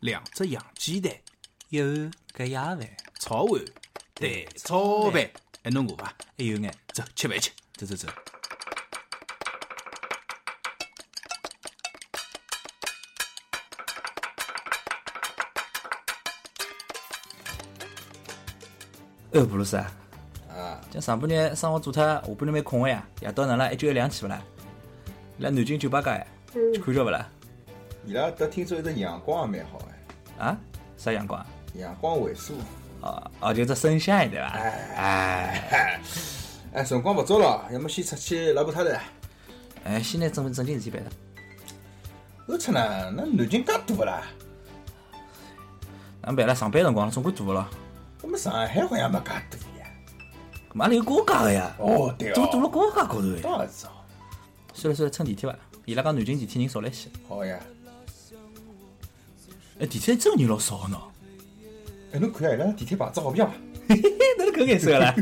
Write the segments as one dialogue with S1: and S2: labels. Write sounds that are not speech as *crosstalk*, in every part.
S1: 两只洋鸡蛋，
S2: 一碗隔夜饭，
S1: 炒碗蛋炒饭。还
S2: 哎
S1: 侬饿伐？
S2: 还有眼，
S1: 走，吃饭去。
S2: 走走走。哎，布鲁斯啊，
S3: 啊，
S2: 今上半日生活做脱，下半日蛮空个呀。夜到哪了？一九一两去勿啦？辣南京酒吧街呀，去看叫勿啦？
S3: 伊拉搭听说一只阳光也蛮好哎，
S2: 啊？啥阳光啊？
S3: 阳光回溯。
S2: 哦哦，就只 sunshine 对伐？哎
S3: 哎，辰光勿早了，要么先出去拉布他来。
S2: 哎，现在正正经事体办了。
S3: 我出呢，那南京介大勿啦？
S2: 哪能办啦？上班辰光总归大勿咯。
S3: 我们上海好像没介大呀。
S2: 搿嘛阿拉有高架个呀，
S3: 哦，对
S2: 都堵了高架高头哎。
S3: 当然是哦。
S2: 算了算了，乘地铁伐？伊拉讲南京地铁人少了一些，
S3: 好呀，
S2: 哎，地铁真人老少喏。
S3: 哎，侬看下伊拉地铁牌子好漂亮。
S2: *laughs* 哪能搿啊颜色啦？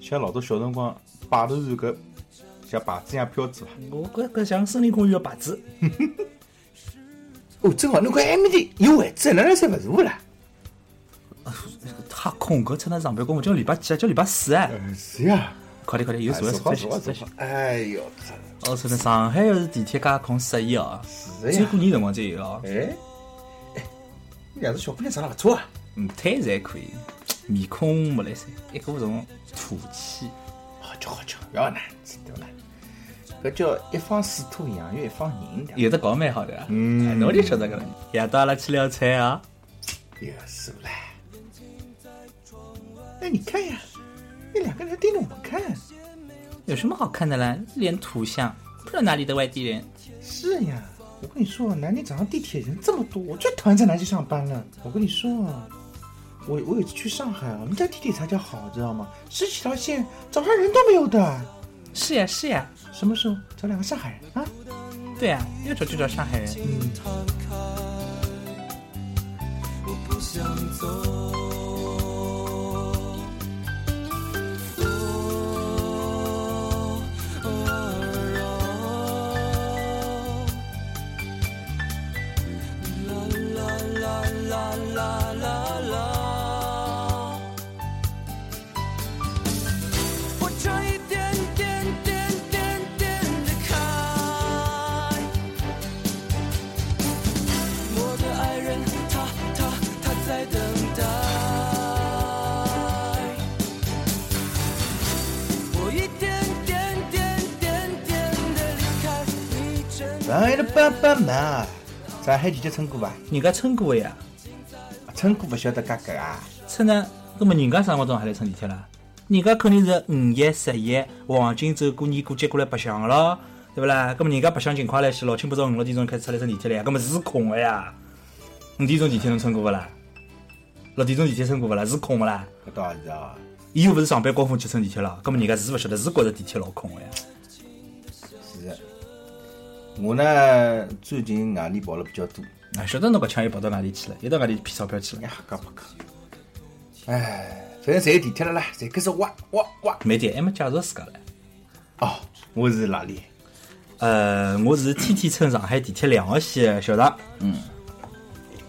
S3: 像老早小辰光摆头是搿像牌子一样标志伐？
S2: *laughs* 我搿搿像森林公园个牌子。
S3: 哦，真好，侬看埃面的有位置，哪能侪勿坐啦？
S2: 太空，搿趁他上班工，今朝礼拜几啊？今朝礼拜四啊！
S3: 是呀。
S2: 快点快点，有坐
S3: 哎
S2: 了
S3: 是好
S2: 坐
S3: 是好是
S2: 坐
S3: 好。哎哟，真
S2: 哦，真的，上海要是地铁架空适宜哦，
S3: 是
S2: 只有
S3: 呀。
S2: 过年辰光才有哦。
S3: 哎，哎，两只小姑娘长得勿错啊。
S2: 嗯，腿侪可以，面孔没来塞，一股种土气。
S3: 好吃好吃，不要难吃，对不啦？搿叫一方水土养育一方人，对
S2: 有的搞蛮好的啊，
S3: 嗯
S2: 哎侬就晓得个了。夜到阿拉去聊菜啊，
S3: 有数啦。哎，你看呀，那两个人盯着我们看，
S2: 有什么好看的啦？一脸土相，不知道哪里的外地人。
S3: 是呀。我跟你说，南京早上地铁人这么多，我最讨厌在南京上班了。我跟你说，我我有一次去上海，我们家地铁才叫好，知道吗？十几条线，早上人都没有的。
S2: 是呀是呀，
S3: 什么时候找两个上海人啊？
S2: 对呀，要找就找上海人。
S3: 嗯，
S4: 我不想走。哦哦哦啦啦啦啦啦啦我这一点点点点点的开。我的爱人，他他他在等待。我一点点点点点的离开，你真
S3: 上海的爸爸妈，上海地铁乘过伐？
S2: 人家乘过的呀，
S3: 乘过勿晓得价格啊？
S2: 乘呢，那么人家啥辰光还来乘地铁啦？人家肯定是五一、十一、黄金周、过年过节过来白相的咯，对不啦？那么人家白相尽快来些，老清不早五六点钟开始出来乘地铁了呀，那么是空的呀。五点钟地铁侬乘过不啦？六点钟地铁乘过不啦？是空不啦？
S3: 搿倒是哦。
S2: 伊又勿是上班高峰去乘地铁了，根本人家是勿晓得，是觉着地铁老空个呀。
S3: 是的，我呢最近外地跑了比较多，
S2: 啊，晓得侬搿腔又跑到哪里去了？又到外里骗钞票去了？
S3: 呀，讲不讲？哎，反正侪有地铁了啦，侪开始挖挖挖。
S2: 慢点，还没介绍自家唻。
S3: 哦，我是哪里？
S2: 呃，我是天天乘上海地铁两号线的小唐。
S3: 对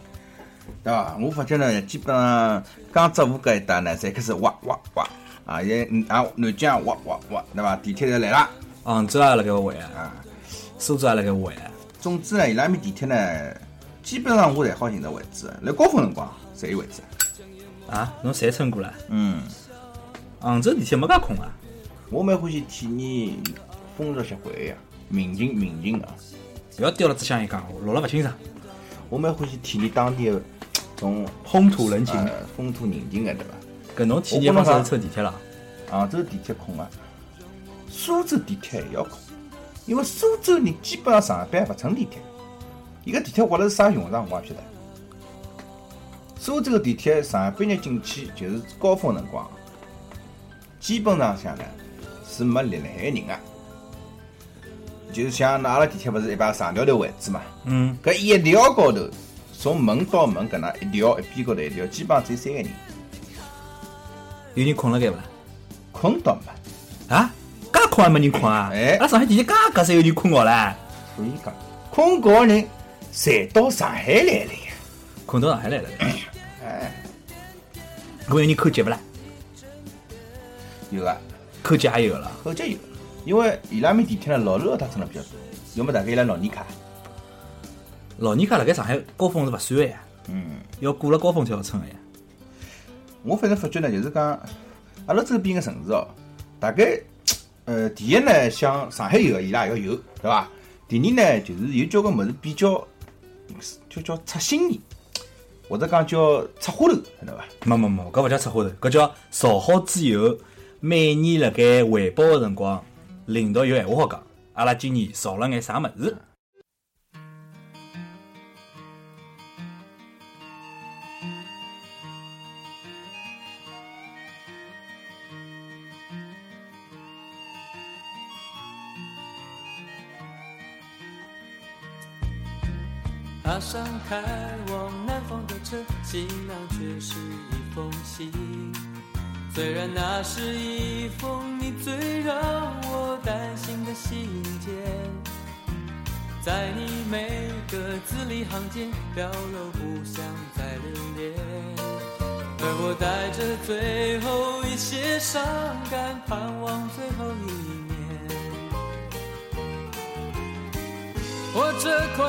S3: 伐？啊我发觉呢，基本上江浙沪搿一带呢，侪开始挖挖挖啊，也嗯啊，南京也挖挖挖，对伐？地铁侪来啦
S2: 杭州也辣盖玩啊，
S3: 啊。
S2: 苏州也辣盖玩啊。
S3: 总之呢，伊拉埃面地铁呢，基本上我侪好寻着位置，辣高峰辰光侪有位置。
S2: 啊，侬侪乘过了？
S3: 嗯，
S2: 杭州地铁没介空啊。
S3: 我蛮欢喜体验风俗习啊惯个呀，民情民情啊。
S2: 勿要叼了只像一讲话，落了勿清爽。
S3: 我蛮欢喜体验当地的种
S2: 风土人情
S3: 呃风土人情个对伐？
S2: 啊搿侬体验方式是乘地铁了？啊
S3: 杭州地铁空啊，苏州地铁也要空，因为苏州人基本上上班勿乘地铁，伊个地铁挖了是啥用场我也勿晓得。苏州个地铁上半日进去就是高峰辰光，基本上向呢是没立海人个、就是像那阿拉地铁勿是一排长条条位置嘛，
S2: 嗯，
S3: 搿一条高头，从门到门搿能一条一边高头一条，基本上只有三个人，
S2: 有人困辣盖勿啦？
S3: 困倒没。
S2: 啊，介困还没人困啊？
S3: 哎
S2: 阿拉上海地铁介格侪有人困觉唻。
S3: 所以讲，困觉的人侪到上海来了呀。
S2: 困到上海来 *coughs* 了。我有人扣脚不啦？
S3: 有啊，
S2: 扣脚也有了。
S3: 后脚有，因为伊拉面地铁呢，老头老太真的比较多，要么大概伊拉老年卡，
S2: 老人家辣盖上海高峰是勿算的呀，
S3: 嗯。
S2: 要过了高峰才要乘的呀。
S3: 我反正发觉呢，就是讲阿拉周边个城市哦，大概呃，第一呢，像上海有个伊拉也要有，对伐？第二呢，就是有交关物事比较就叫出新意，或者讲叫出花头，晓得伐？
S2: 没没没，搿勿叫出花头，搿叫造好之后，每年辣盖汇报个辰光，领导有闲话好讲。阿拉今年造了眼啥物事？
S4: 爬上开往南方的车，行囊却是一封信。虽然那是一封你最让我担心的信件，在你每个字里行间表露不想再留恋，而我带着最后一些伤感，盼望最后一面。火车快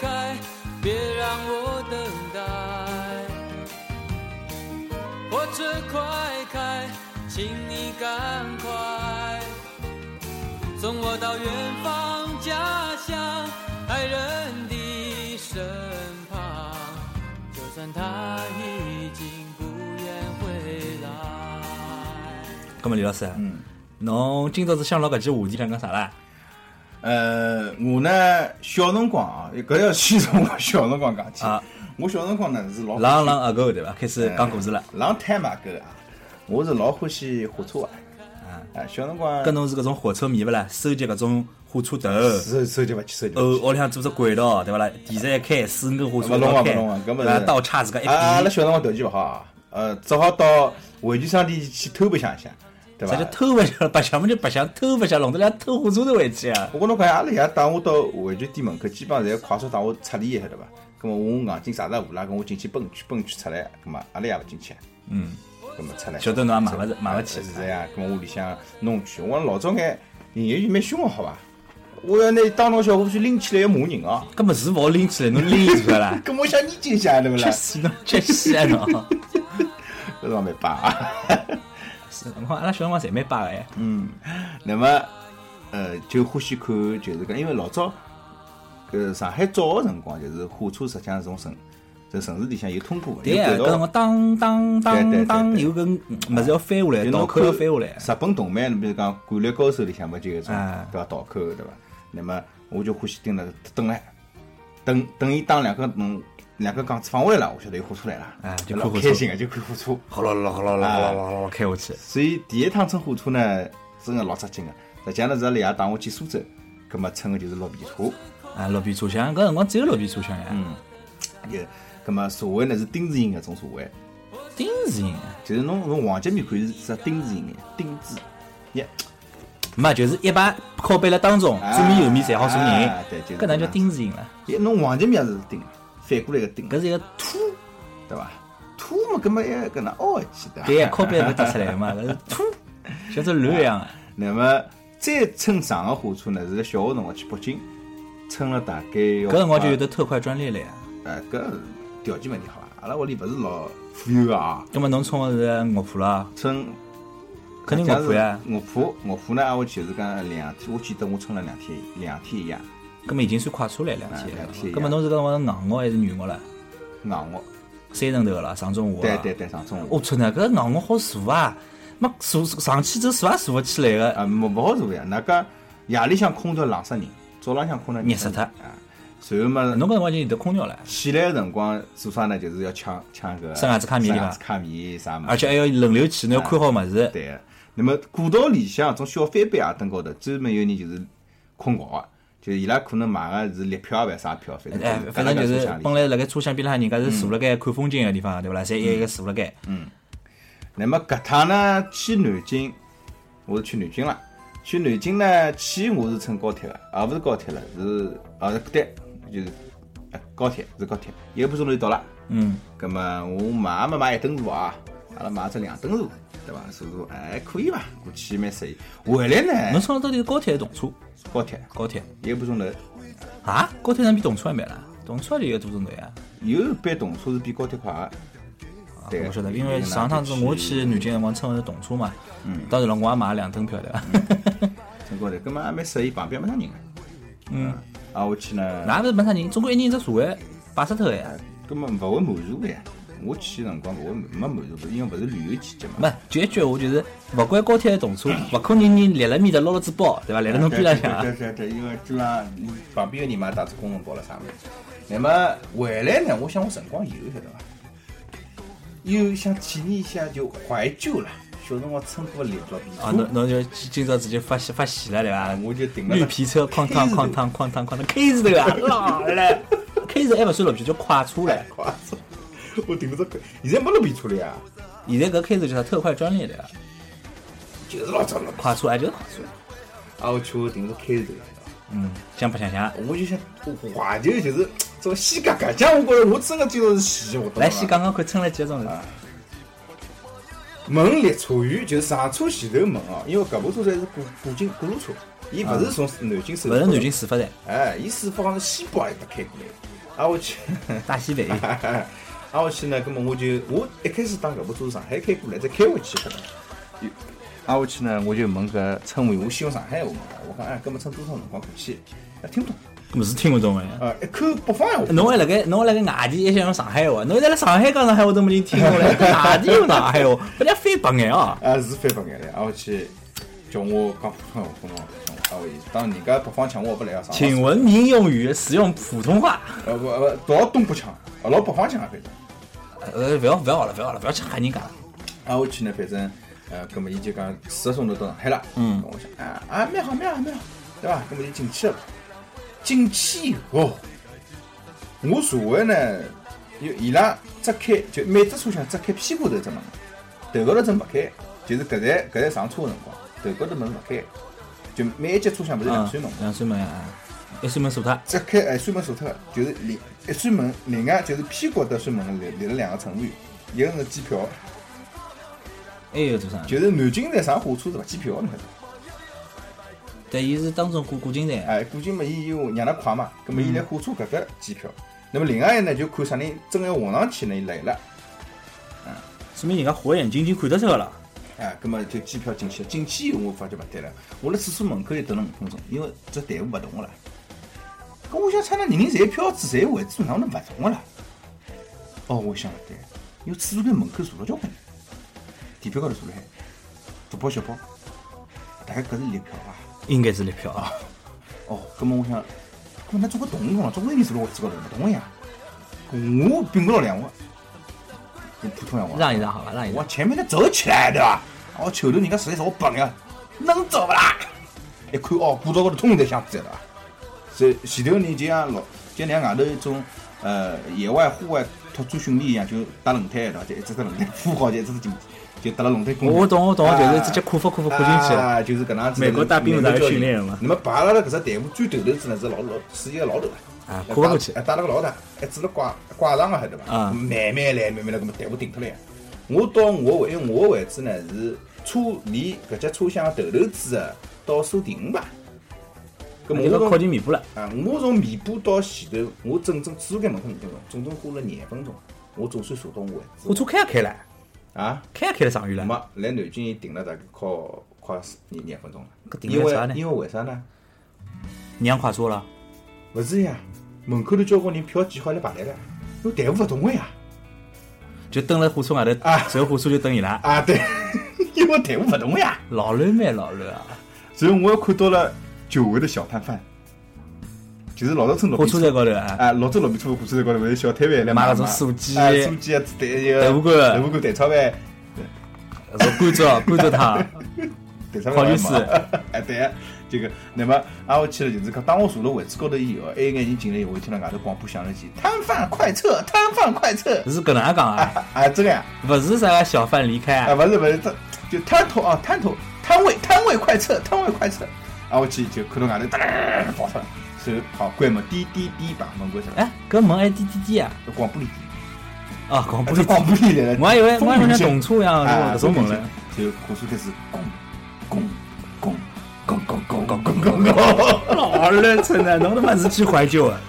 S4: 开，别让我等待。火车快开，请你赶快送我到远方家乡爱人的身旁，就算他已经不愿回来。
S2: 葛末李老师，
S3: 嗯，
S2: 侬今朝是想牢搿期话题想讲啥啦？
S3: 呃，我呢小辰光啊，搿要先从我小辰光讲起
S2: 啊。
S3: 我小辰光呢是老
S2: 浪浪阿狗对伐？开始
S3: 呃
S2: 讲故事了。
S3: long time ago 啊，我是老欢喜火车啊。啊，小辰光
S2: 搿侬是搿种火车迷勿啦？收集搿种火车头，
S3: 收收集勿起，收集勿起。
S2: 哦，屋里向做只轨道对伐啦？电视一开，四五根火车
S3: 勿弄
S2: 一道
S3: 啊
S2: 开
S3: 勿弄啊，搿，物
S2: 对伐
S3: 事
S2: 倒插自家一
S3: 啊阿拉
S2: 比，
S3: 小辰光条件勿好啊，呃，只好到玩具商店去偷白相一下，对
S2: 啥
S3: 伐
S2: 叫？偷白相？白相么就白相，偷白相，弄得来偷火车头回去啊！
S3: 我跟侬讲，阿拉爷带我到玩具店门口，基本上侪快速带我出里一晓得伐？葛么我硬劲啥啥无啦，跟我进去蹦去蹦去出来，葛么阿拉爷勿进去，
S2: 嗯，
S3: 葛么出来。
S2: 晓得侬也买勿着，买勿起
S3: 是。这样，跟我屋里向弄去。我老早眼营业员蛮凶个，好伐？我要拿当当小伙去拎起来要骂人哦。，
S2: 根本是勿好拎起来，侬拎出来啦 *laughs*
S3: 葛么我想你进一下，对勿
S2: 吃
S3: 啦？
S2: 死 *laughs* 侬，吃死啊侬！
S3: 搿辰光蛮棒啊。
S2: 是，我看阿拉小辰光侪蛮巴个哎，
S3: 那么，呃，就欢喜看，就是讲，因为老早，呃，上海早个辰光，就是火车实际上是从城，这城市里向有通过的，
S2: 对
S3: 有
S2: 呀，
S3: 轨
S2: 搿辰
S3: 道
S2: 光当当
S3: 对对
S2: 当
S3: 对
S2: 当
S3: 对
S2: 有根物事要翻下来，
S3: 就侬
S2: 倒扣要翻下来。
S3: 日本动漫，比如讲《灌篮高手》里向嘛，就有一种
S2: 啊
S3: 对伐？倒扣对伐？那么我就欢喜盯了等了，等等伊当两个嗯两个杠子放下来了，我晓得有火车来了，
S2: 啊
S3: 对
S2: 就看
S3: 老
S2: 火车
S3: 开心个，就看火车。
S2: 好啦啦好啦啦好啦啦好啦啦，开下去。
S3: 所以第一趟乘火车呢，真个老扎劲个。实际上呢，是阿拉爷带我去苏州，葛么乘个就是绿皮车。
S2: 啊，绿皮车厢，搿辰光只有绿皮车厢呀，
S3: 嗯，也，葛么社会呢是丁字形搿种社会，
S2: 丁字形啊，
S3: 就是侬从往截面看是只丁字形的丁字，也
S2: 没就是一排靠背辣当中，
S3: 啊
S2: 左面右面侪好坐
S3: 啊对就是
S2: 人，搿哪叫丁字形了？
S3: 也侬往截面也是丁，反过来个丁，
S2: 搿是一个凸，
S3: 对伐？土嘛，葛么还搿能哦凹下去的。
S2: 对呀，靠背搿搭出来的嘛，搿是凸，像只卵一 *laughs* 样啊。
S3: 那么再乘长个火车呢，是小学辰光去北京，乘了大概要
S2: 搿辰光就有
S3: 得，
S2: 得特快专列了呀。
S3: 呃，搿是条件问题好伐？阿拉屋里勿是老富有个啊，
S2: 葛末侬冲的是卧铺了，
S3: 乘
S2: 肯定啊卧铺呀。
S3: 卧铺卧铺呢，我就是讲呃两天，我记得我乘了两天，两天一夜，
S2: 葛末已经算快车来两
S3: 啊两
S2: 天
S3: 天
S2: 了。
S3: 呀
S2: 葛末侬是搿辰光是硬卧还是软卧了？
S3: 硬卧。
S2: 三层头个了，哦上中下。
S3: 对对。对，上中午。
S2: 我操呢，搿硬卧好坐啊，没坐上去之后坐也坐勿起来个。
S3: 啊，没勿好做呀。那个夜里向空调冷死人，早浪向空调
S2: 热死脱
S3: 啊。随后嘛，
S2: 啊侬搿辰光已经有得空调了。
S3: 起来的辰光做啥呢？就是要抢抢个
S2: 生鸭子卡面
S3: 生
S2: 对
S3: 鸭
S2: 吧
S3: 子卡面啥么？
S2: 而且还要轮流去，侬要看好物事。
S3: 对。那么古道里向种小翻板啊凳高头，专门有人就是困觉啊，就是伊拉可能买个是立票啊，还是啥票，反正
S2: 哎，
S3: 是
S2: 反
S3: 搿
S2: 正
S3: 能
S2: 就
S3: 介
S2: 是
S3: 车厢里嗯
S2: 本来辣盖车厢边浪向，人家是坐辣盖看风景个地方，对勿啦？侪一个坐辣盖，
S3: 那么搿趟呢，去南京，我是去南京了。去南京呢，去我是乘高铁的，啊，勿是高铁了，是啊，对，就是哎，高铁是高铁，一个半钟头就到了。
S2: 嗯，
S3: 葛么我买也没买一等座啊，阿拉买只两等座，对伐？速度还可以伐？过去蛮适意。回来
S2: 侬
S3: 呢，
S2: 乘的到底是高铁还是动车？
S3: 高铁
S2: 高铁
S3: 一个半钟头，
S2: 啊，高铁上比动车还慢啦，动车就一个多钟头呀。啊
S3: 有一班动车是比高铁快的。对，啊
S2: 我晓得，因为上趟子我去南京辰光乘的是动车嘛，
S3: 嗯
S2: 当然了，我也买了两等票对伐？
S3: 乘高头，葛么也蛮适意，旁边没啥人个。
S2: 嗯，
S3: 啊，我去呢，
S2: 那勿是没啥人，总归一人一只座位，摆死脱个呀。
S3: 葛么勿会满座个呀。我去的辰光勿会没满座，因为勿是旅游季节嘛。
S2: 没，就一句话就是，勿管高铁还是动车，勿可能人立辣面搭捞了只包，对伐？立辣侬边浪向
S3: 对
S2: 啊。
S3: 对对，因为基本上旁边个人嘛，打只公文包了啥物事。那么回来呢，我想我辰光有晓得伐？又想体验一下就怀旧了，小辰光乘过绿皮
S2: 啊，
S3: 车
S2: 侬，侬就今今朝直接发喜发喜了对伐？
S3: 我就停了。
S2: 绿皮车哐当哐当哐当哐当，K 字头啊，老嘞，K 字还勿算绿皮，叫快车嘞。
S3: 快车，我停了只快，现在没绿皮车了呀，
S2: 现在搿 K 字叫啥特快专列对伐？
S3: 就是老早了。
S2: 快车也就是快车，
S3: 啊，我去我停了只开头。
S2: 嗯，想白相相。
S3: 我就想，我怀旧就是这西嘎嘎，像我觉着我真的就是西，我懂
S2: 来
S3: 伐
S2: 先讲讲看，撑了几个钟头？
S3: 啊问列车员，就是上车前头问哦，因为搿部车站是过过境过路车，伊勿是从南京首
S2: 勿
S3: 发
S2: 是
S3: 的
S2: 南京，市发站，
S3: 哎，伊首发好像是西北一搭开过来，啊我去，
S2: 大
S3: *laughs*
S2: 西北。
S3: 啊我去呢，葛么我就我一开始当搿部车从上海开过来，再开回去搿能。有啊我去呢，我就问搿乘务员，我先用上海话问的，我讲哎，葛么乘多少辰光过去？啊听不懂，
S2: 么是听勿懂哎。
S3: 啊一口北方闲话。
S2: 侬还辣盖，侬还辣盖外地，还想用上海话？侬现在辣上海讲上海话都没人听懂了，还外地用上海话，不然翻白眼啊！
S3: 啊，是翻白眼了，啊，我去叫我讲普通话，普通话，普通话，啊，我当人家北方腔我也不来啊，上海
S2: 请文明用语，使用普通话。
S3: 呃不呃不，老东北腔，啊老北方腔啊，反正，
S2: 呃，勿要勿要了，勿要了，勿要去吓人家了。
S3: 啊，我去呢，反正，呃，葛么伊就讲四个钟头到上海了，
S2: 嗯
S3: 跟我讲啊啊，蛮好蛮好蛮好，对伐？葛么就进去了，进去以后，我座位呢，有伊拉只开就每只车厢只开屁股头只门，头高头只门勿开，就是搿站搿站上车个辰光，头高头门勿开，就每一节车厢勿是两扇门嘛。
S2: 两扇门啊，一扇门锁脱。
S3: 只开哎扇门锁脱了，就是另一扇哎门，另外就是屁股搭扇门立立了两个乘务员，一个是机票，
S2: 还有哎做啥？
S3: 就是南京站上火车是勿机票的，侬晓得伐？
S2: 对，伊是当中过过境站。
S3: 哎，估计嘛，伊又让他快嘛，葛么伊来火车搿搭机票，那么另外一呢就看啥人真要混上去呢，伊来了，
S2: 说明人家火眼金睛看得出来了。
S3: 哎，葛么就机票进去了，进去以后我发觉勿对了，我辣厕所门口又等了五分钟，因为只队伍勿同个啦。搿我想，差那人人侪有票子，侪有位置，哪能勿同个啦？哦，我想勿对，因为厕所间门口坐了交关人，地板高头坐了海，大包小包，大概搿是立票伐？
S2: 应该是立票啊。
S3: 哦，葛么我想，葛么那总归同一个嘛，总归有人坐辣位置高头勿同个呀。我并不到两个，我普通闲话。
S2: 让一让好吧，让哎一
S3: 我
S2: 让。
S3: 前面的走起来，对吧？我瞅头人家实在是我笨呀，能走不啦？一看哦，步道高头通通在箱子了，所以前头人就像老，就像外头一种呃野外户外拓展训练一样，就搭轮胎的，就一只只轮胎铺好，就一只只进去，就搭了轮胎滚。
S2: 我懂我懂，就是直接跨服跨服跨进去了。
S3: 啊，就是搿能样子。
S2: 美国大兵有大
S3: 美国教
S2: 训练
S3: 练
S2: 嘛
S3: 那么排了了搿只队伍最头头子呢是老老是一个老头啊
S2: 啊跨不过去
S3: 哎，打了个老大，还指了挂挂上个还对伐？
S2: 啊
S3: 慢慢来，慢慢来，搿么队伍顶脱了呀。我到我位，因为我个位置呢是车离搿节车厢头啊头子的倒数第五排。搿么
S2: 你
S3: 我
S2: 啊都靠
S3: 从
S2: 近尾部了。
S3: 啊，我从尾部到前头，我整整只间门口五分钟，整整花了廿分钟，我总算坐到我位
S2: 火
S3: 置
S2: 车开也开了，
S3: 啊。
S2: 开也开了上院了。
S3: 没来南京停了大概快快廿廿分钟了
S2: 搿，停了
S3: 因为
S2: 啥呢
S3: 因为为啥呢？
S2: 娘快车了。
S3: 勿是呀，门口头交关人票记好来排队了，侬队伍勿同个呀。
S2: 就蹲辣火车外头
S3: 啊，
S2: 坐火车就等伊拉，
S3: 啊，对， *laughs* 因为队伍勿同个呀。
S2: 老乱蛮老乱啊！
S3: 然后我又看到了久违的小摊贩，就是老早村老
S2: 火车站高头啊，
S3: 啊，老早老皮车火车站高头勿是小摊贩来
S2: 卖
S3: 卖
S2: 搿种
S3: 嘛
S2: 素鸡
S3: 啊，素鸡啊，蛋一个
S2: 豆腐干
S3: 豆腐干蛋炒饭，
S2: 是关 *laughs* 照关照他，
S3: 蛋炒饭
S2: 烤鱼
S3: 也
S2: 丝
S3: 卖。哎，对 *laughs* 啊，这个，那么啊，我去了就是讲，当我坐了位置高头以后，还有眼人进来以后，我听到外头广播响了一句：“摊贩快撤，摊贩快撤 *laughs*
S2: 是搿能样讲！”啊，
S3: 啊啊，这个呀，
S2: 勿是啥小贩离开
S3: 啊，
S2: 啊，
S3: 不是不是，这就摊头啊，摊头，摊位，摊位快撤，摊位快撤。啊，我去就看到外头哒啦跑出来，所以好关门，滴滴滴把门关上。
S2: 哎，搿门还滴滴滴啊？
S3: 广播里，
S2: 啊，广播
S3: 这
S2: 里，
S3: 广播里来了。
S2: 我还以为我还以为像
S3: 懂
S2: 动车一样，
S3: 啊，
S2: 搿种门嘞。
S3: 就火车开始拱拱拱拱拱拱拱拱拱拱，
S2: 老热忱了，侬他妈是去怀旧啊？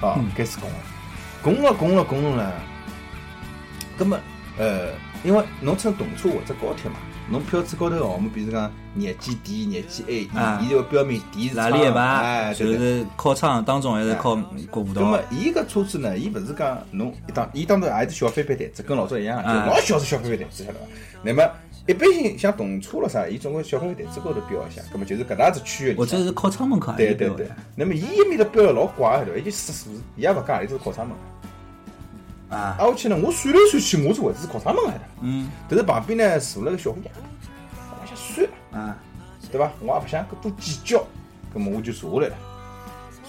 S3: 啊，开始拱了，拱了拱了拱了。那么，呃，因为侬乘动车或者高铁嘛，侬票子高头号码，比如讲廿几 D、廿几 A，伊就标明 D 是
S2: 啊哪里一排？
S3: 哎，
S2: 就
S3: 对对。
S2: 是靠窗当中还是靠过步
S3: 那么
S2: 道？
S3: 伊搿车子呢，伊勿是讲侬一当，伊当然也是小翻翻台子，跟老早一样，就
S2: 啊
S3: 老小是小翻翻台子，晓得伐？那么一般性像动车了啥，伊总归小翻翻台子高头标一下，葛么就是搿搭子区域里
S2: 或
S3: 向。
S2: 者是靠窗门口？
S3: 对对对。那么伊一面头标得老怪的，对伐？伊就数数字，伊也勿讲何里头是考啥门。
S2: 啊，
S3: 挨下去呢，我算来算去，我这位置是考啥门来的？
S2: 嗯
S3: 但是旁边呢坐了个小姑娘，我想算了，
S2: 啊，
S3: 对伐？我也勿想多计较，葛么我就坐下来了。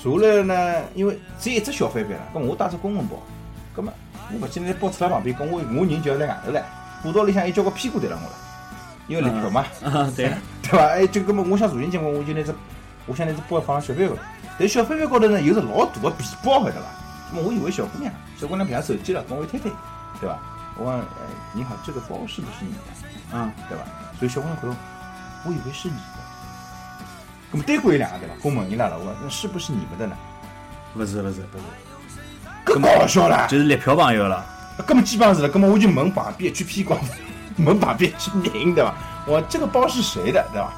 S3: 坐下来了呢，因为只有一只小翻板了，葛么我带只公文包，葛么我勿记得包出来旁边，跟我我人就要在外头唻，过道里向伊交个屁股对了我了，因为立票嘛。
S2: 啊对，
S3: 对伐？哎，就搿么，我想坐进去，我我就拿只，我想拿只包放在小翻高头。但小翻板高头呢，有只老大个皮包，晓得伐？那么我以为小姑娘，小姑娘平常手机了，跟我一推推，对伐？我讲，哎，你好，这个包是不是你的？
S2: *laughs* 啊
S3: 对伐？所以小姑娘回头，我以为是你的。那么单过一两个对伐？我问伊拉了，我讲那是不是你们的呢？
S2: 不是不是，
S3: 搿搞笑啦！
S2: 就是立票朋友了。
S3: 搿么基本上是了，搿么我就问旁边去批光， *laughs* 问旁边去拧对伐？我这个包是谁的对伐？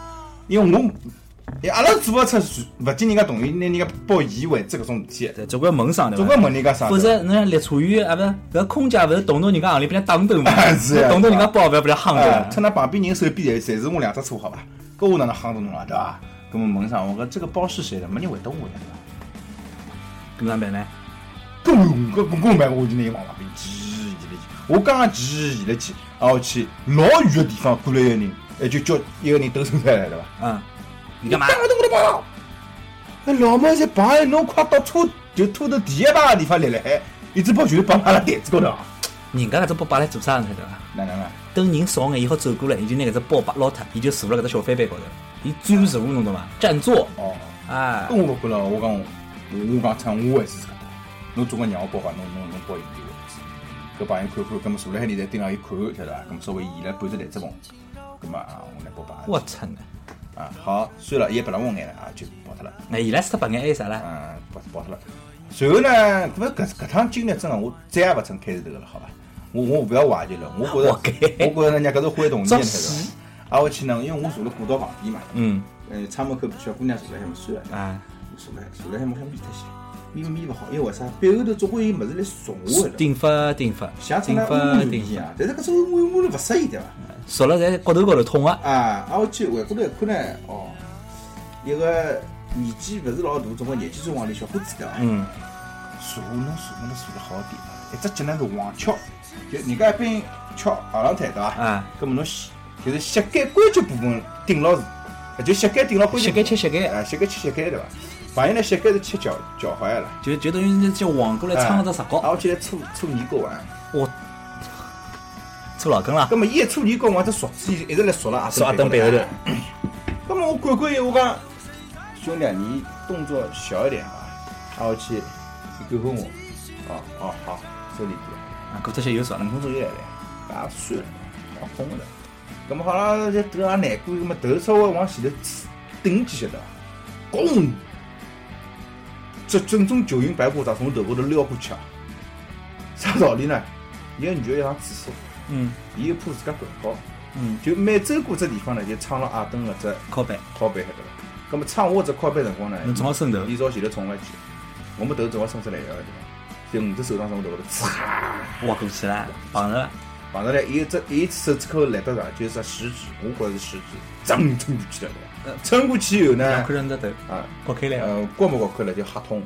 S3: 因为我，哎阿拉做勿出，勿经人家同意，拿人家包移位置搿种事体，
S2: 对，总归门上对
S3: 总
S2: 吧
S3: 归？问人家啥哎
S2: 否
S3: 对伐？？
S2: 则，侬像列车员啊，不是搿空姐，勿是动动人家行李，被人家打灯嘛
S3: *laughs* 哎是呀
S2: 动动人家包，勿要被人家夯
S3: 哎，
S2: 着
S3: 趁。那旁边人手边侪侪是我两只车好伐？搿我哪能夯得侬啊对伐？搿么问上我讲这个包是谁的？没人回答我呀对
S2: 搿哪办呢？
S3: 伐？搿我搿搿我买我就拿伊往旁边挤移了去，我刚刚挤移了去，然后哦去老远个地方过来一个人，哎就叫一个人抖手出来了对伐？
S2: 啊，你干嘛 *laughs*
S3: 打？都没得跑。那老妹在旁边，侬快到车就拖到第一排个地方立了海，一只包就是绑阿拉台子高头啊。
S2: 人家搿只包摆来做啥呢？晓得伐？
S3: 哪能啊？
S2: 等人少眼以后走过来，伊就拿搿只包摆捞脱，伊就坐辣搿只小翻板高头，伊专属侬懂伐？占座
S3: 哦，
S2: 啊
S3: 搿，我勿管了，我讲我我讲趁我还是自家搭。侬总归让我包吧，侬侬侬包伊点位置。搿朋友看看，搿么坐辣海里在盯牢伊看，晓得伐？搿么稍微移了半只台子缝，搿么啊，我来包吧。
S2: 我操呢！
S3: 啊，好，算了，伊也拨了我眼了啊，就跑脱了。
S2: 那哎伊拉是特白眼还有啥啦？
S3: 嗯，跑跑脱了。随后呢，搿搿搿趟经历真的，我再也勿乘开除头了，好伐？我我勿要怀旧了，我觉着
S2: 活该
S3: 我觉着人家搿是挥动
S2: 作
S3: 年
S2: 死
S3: 头。挨下去呢，因为我坐辣过道旁边嘛，
S2: 嗯
S3: 呃，窗门口小姑娘坐辣海嘛，算了，
S2: 啊，
S3: 我坐辣海坐辣海，我想眯脱些，眯眯勿好，因为为啥？背后头总归有物事来送我的，
S2: 顶发顶发
S3: 像，出
S2: 顶
S3: 来
S2: 发
S3: 乌
S2: 顶
S3: 一
S2: 发，
S3: 样，但是搿种乌乌呢勿适宜对伐？
S2: 坐了在骨头高头痛啊！
S3: 啊，挨下去回过头一看呢，哦，一个年纪勿是老大，总归廿几岁往里小伙子对伐？
S2: 嗯，
S3: 坐侬坐侬坐了好点，一只脚呢是横翘，就人家一般翘后浪腿对伐？
S2: 啊，
S3: 咁么侬膝就是膝盖关节部分顶牢是，呃就膝盖顶牢关节
S2: 膝
S3: 部分，
S2: 盖切膝盖，
S3: 啊，膝盖切膝盖对伐？朋友呢膝盖是切脚脚踝了，
S2: 就就等于那就横过来撑了只石
S3: 啊，
S2: 膏，
S3: 我记得搓搓泥膏啊，
S2: 我搓老根了
S3: 咁么伊一搓泥膏，我这勺子一直来勺了阿
S2: 扫阿登背后头
S3: 咁么我管管伊，我讲兄弟，你动作小一点啊，啊，我去，你管管我，哦哦好，收礼物。
S2: 啊，搿只些又少了
S3: 五。分钟就来了，也算了，也碰了。咁么好了，这头也难过，咁么头稍微往前头顶几下的，咣！这整整九阴白骨爪从头高头撩过去啊！啥道理呢？一个女的要上厕所，
S2: 嗯
S3: 伊又怕自家掼高，
S2: 嗯，
S3: 就每走过只地方呢，就撑了阿登搿只
S2: 靠背，
S3: 靠背晓得伐？咁么撑我只靠背辰光呢，
S2: 侬正好伸头
S3: 伊朝前头冲了一记，我们头正好伸出来一个地方，就五只手掌从我头高头嚓。
S2: 滑过去了，碰着了，
S3: 碰着嘞，伊有只伊手指口来得上，就是只食指，我觉着是食指，噌撑过去了，对伐撑过去以后
S2: 嗯两
S3: 呢
S2: 块，人只头
S3: 啊，
S2: 刮开来了。
S3: 呃，刮没刮开了就吓痛，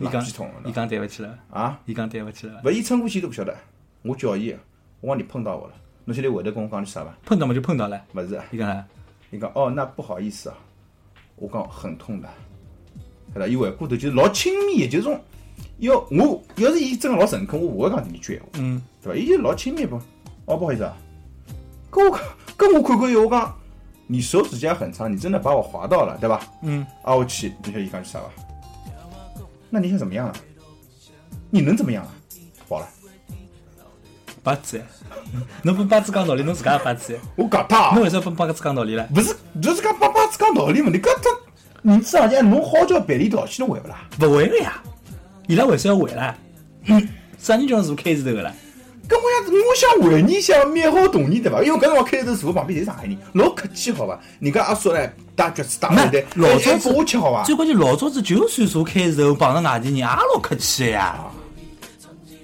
S2: 伊
S3: 垃
S2: 讲
S3: 圾桶，对伐
S2: 伊讲对勿起了，
S3: 啊，
S2: 伊讲对勿起了，
S3: 勿伊撑过去都勿晓得，我叫伊，我讲你碰到我了，侬现在回头跟我讲句啥伐？
S2: 碰到嘛就碰到了。
S3: 勿是啊，
S2: 伊讲啥？
S3: 伊讲哦，那不好意思啊，我讲很痛的，晓得伊回过头就是老亲密，就是种，要我要是伊真个老诚恳，我勿会讲这么一句闲话。
S2: 嗯，
S3: 对伐？伊就老亲密不？哦，不好意思啊，跟我跟我看过以后，我讲你手指甲很长，你真的把我划到了，对吧？
S2: 嗯，
S3: 啊，我去，你晓得伊讲句啥伐？那你想怎么样啊？你能怎么样啊？饱了，
S2: 八字， *laughs* 侬不八字讲道理，侬自家也八字，
S3: 我搞他啊
S2: 侬，为啥不八字讲道理了？
S3: 不是，就是讲爸爸是讲道理嘛。你搿这，你至少讲侬好叫赔礼道歉，侬会勿啦？
S2: 不会个呀，伊拉为啥要会啦？啥人叫侬坐 K 字头个啦？
S3: 搿我想，我想回你一下面好同意对伐？因为搿辰光开头坐我旁边侪是上海人，老客气好伐？人家阿叔嘞打橘子打哎后
S2: 没
S3: 台，，
S2: 老
S3: 还
S2: 早
S3: 还
S2: 子
S3: 拨我吃好啊伐？
S2: 最关键老早子就算坐 K 字头碰着外地人，也老客气个呀。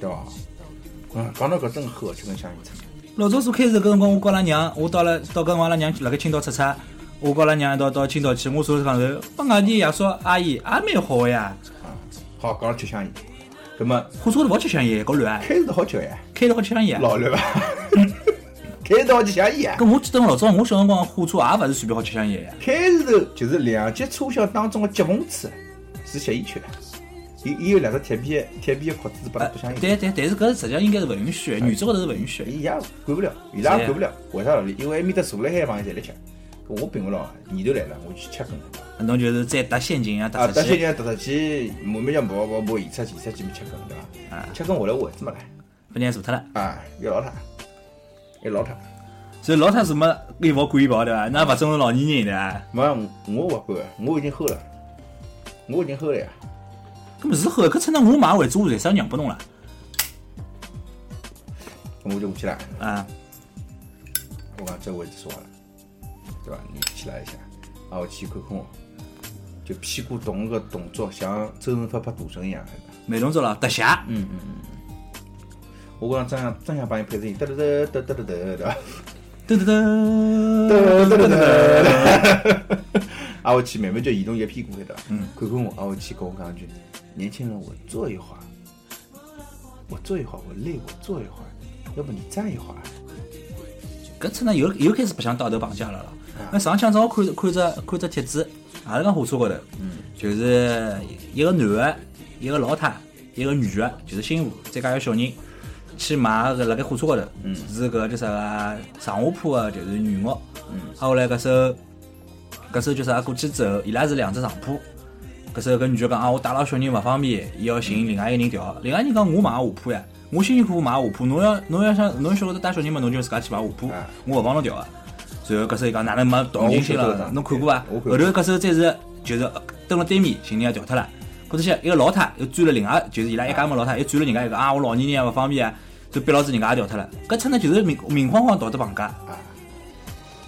S3: 对伐？嗯，讲到搿真好吃跟香芋肠。
S2: 老早做开始搿辰光，我跟阿拉娘，我到了到跟阿拉娘辣盖青岛出差，我跟阿拉娘一道到青岛去，我坐辣上头，帮外地爷叔阿姨也蛮好个呀。
S3: 好，讲到吃香芋，葛末
S2: 火车头勿好吃香烟，搞乱啊，
S3: 开始好吃哎，
S2: 开头好吃香烟啊。
S3: 老了伐？ *laughs* 开头好吃香芋啊！
S2: 搿我记得老早我小辰光火车也勿是随便好吃香烟呀。
S3: 开头就是两节车厢当中的夹缝处是吸烟区，伊伊有两个铁皮的铁皮的壳子拨
S2: 呃
S3: 拉堵香烟。
S2: 对对，但是搿实际上应该是勿允许的，原则高头是勿允许的。
S3: 伊也管不了，伊拉也
S2: 啊
S3: 管不了，为啥道理？因为埃面搭坐辣海的朋友侪来吃，我并勿牢，年头来了，我去吃根。
S2: 啊侬就是再搭陷阱啊，搭
S3: 啊，
S2: 出
S3: 但现
S2: 去。
S3: 在突出去，莫名其妙跑跑跑，移出去，移出去没吃根，对
S2: 啊
S3: 伐？吃根回来我儿子没来，
S2: 被人家坐脱了，
S3: 啊，一老太，一老太。
S2: 所以老太什么一勿管伊跑对伐？那勿尊重老年人对伐？
S3: 没，我勿管，我已经齁了，我已经齁了呀。
S2: 搿么是好的，搿趁着我买为主，为啥让拨侬了？
S3: 那我就下去了。
S2: 啊，
S3: 我讲这我就说话了，对吧？你起来一下，啊，我去看看我，就屁股动个动作，像周润发拍赌神一样。
S2: 慢动作了，搭斜。
S3: 我讲真想真想帮你配声音，得得得得得得得，对吧？
S2: 噔噔
S3: 得
S2: 噔
S3: 得得得得。啊，我去慢慢就移动一个屁股，对吧？嗯，看看我，啊，我去跟我讲一句，年轻人，我坐一会儿，我坐一会儿，我累，我坐一会儿，要不你站一会儿。啊
S2: 搿次呢又又开始白相到头绑架了了。那上腔正好看看着看着帖子，也是讲火车高头，就是一个男的，一个老太，一个女的，就是新妇，再加一个小人，去买搿辣盖火车高头，是搿叫啥个上下铺个就是女卧，啊后来搿首搿首叫啥过去之后，伊拉是两只上铺。搿时候搿女的讲啊，我带了小人勿方便，伊要寻另外一个人调。啊另外一个人讲我买下铺呀，我辛辛苦苦买下铺，侬要侬要想侬晓得带小人嘛，侬就自家去买下铺
S3: 啊，
S2: 我勿帮侬调啊。然后搿时候伊讲哪能没动静心
S3: 哦我晓得
S2: 了
S3: 的？
S2: 侬看过伐？
S3: 我
S2: 后
S3: 看过
S2: 头搿时候再是就是呃蹲辣对面，寻人家调脱了。搿只些一个老太又转了另外，就是
S3: 啊
S2: 伊拉一家门老太又转了人家一个啊，我老年人也勿方便啊，就逼老子人家也调脱了。搿出呢
S3: 啊
S2: 就是明明晃晃道德绑架。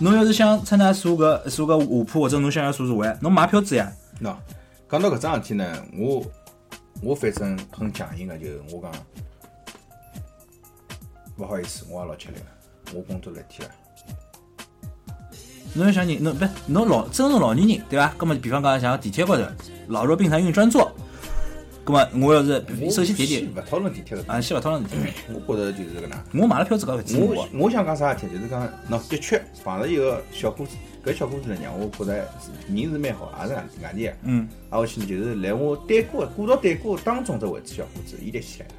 S2: 侬要是想出呢坐个坐个下铺，或者侬想要坐座位，侬买票子呀。
S3: 喏，讲到搿桩事体呢，我我反正很强硬个，就是我讲，勿好意思，我也老吃力了，我工作了一天了，
S2: 侬要想人，侬不侬老真正老年人对伐？葛么比方讲像地铁高头，老弱病残孕专座，葛么我要是
S3: 我
S2: 首先第一
S3: 先
S2: 点
S3: 勿讨论地铁搿桩
S2: 啊，先勿讨论事体，
S3: 事，我觉着就是搿能。
S2: 我买了票子搞勿清楚
S3: 我。我想讲啥事体，就是讲，喏，的确碰着一个小伙子，搿小伙子呢，让我觉着人是蛮好，也是外外地个。
S2: 嗯，
S3: 挨下去呢，就是来我对过过道对过当中只位置小伙子，伊立起来了，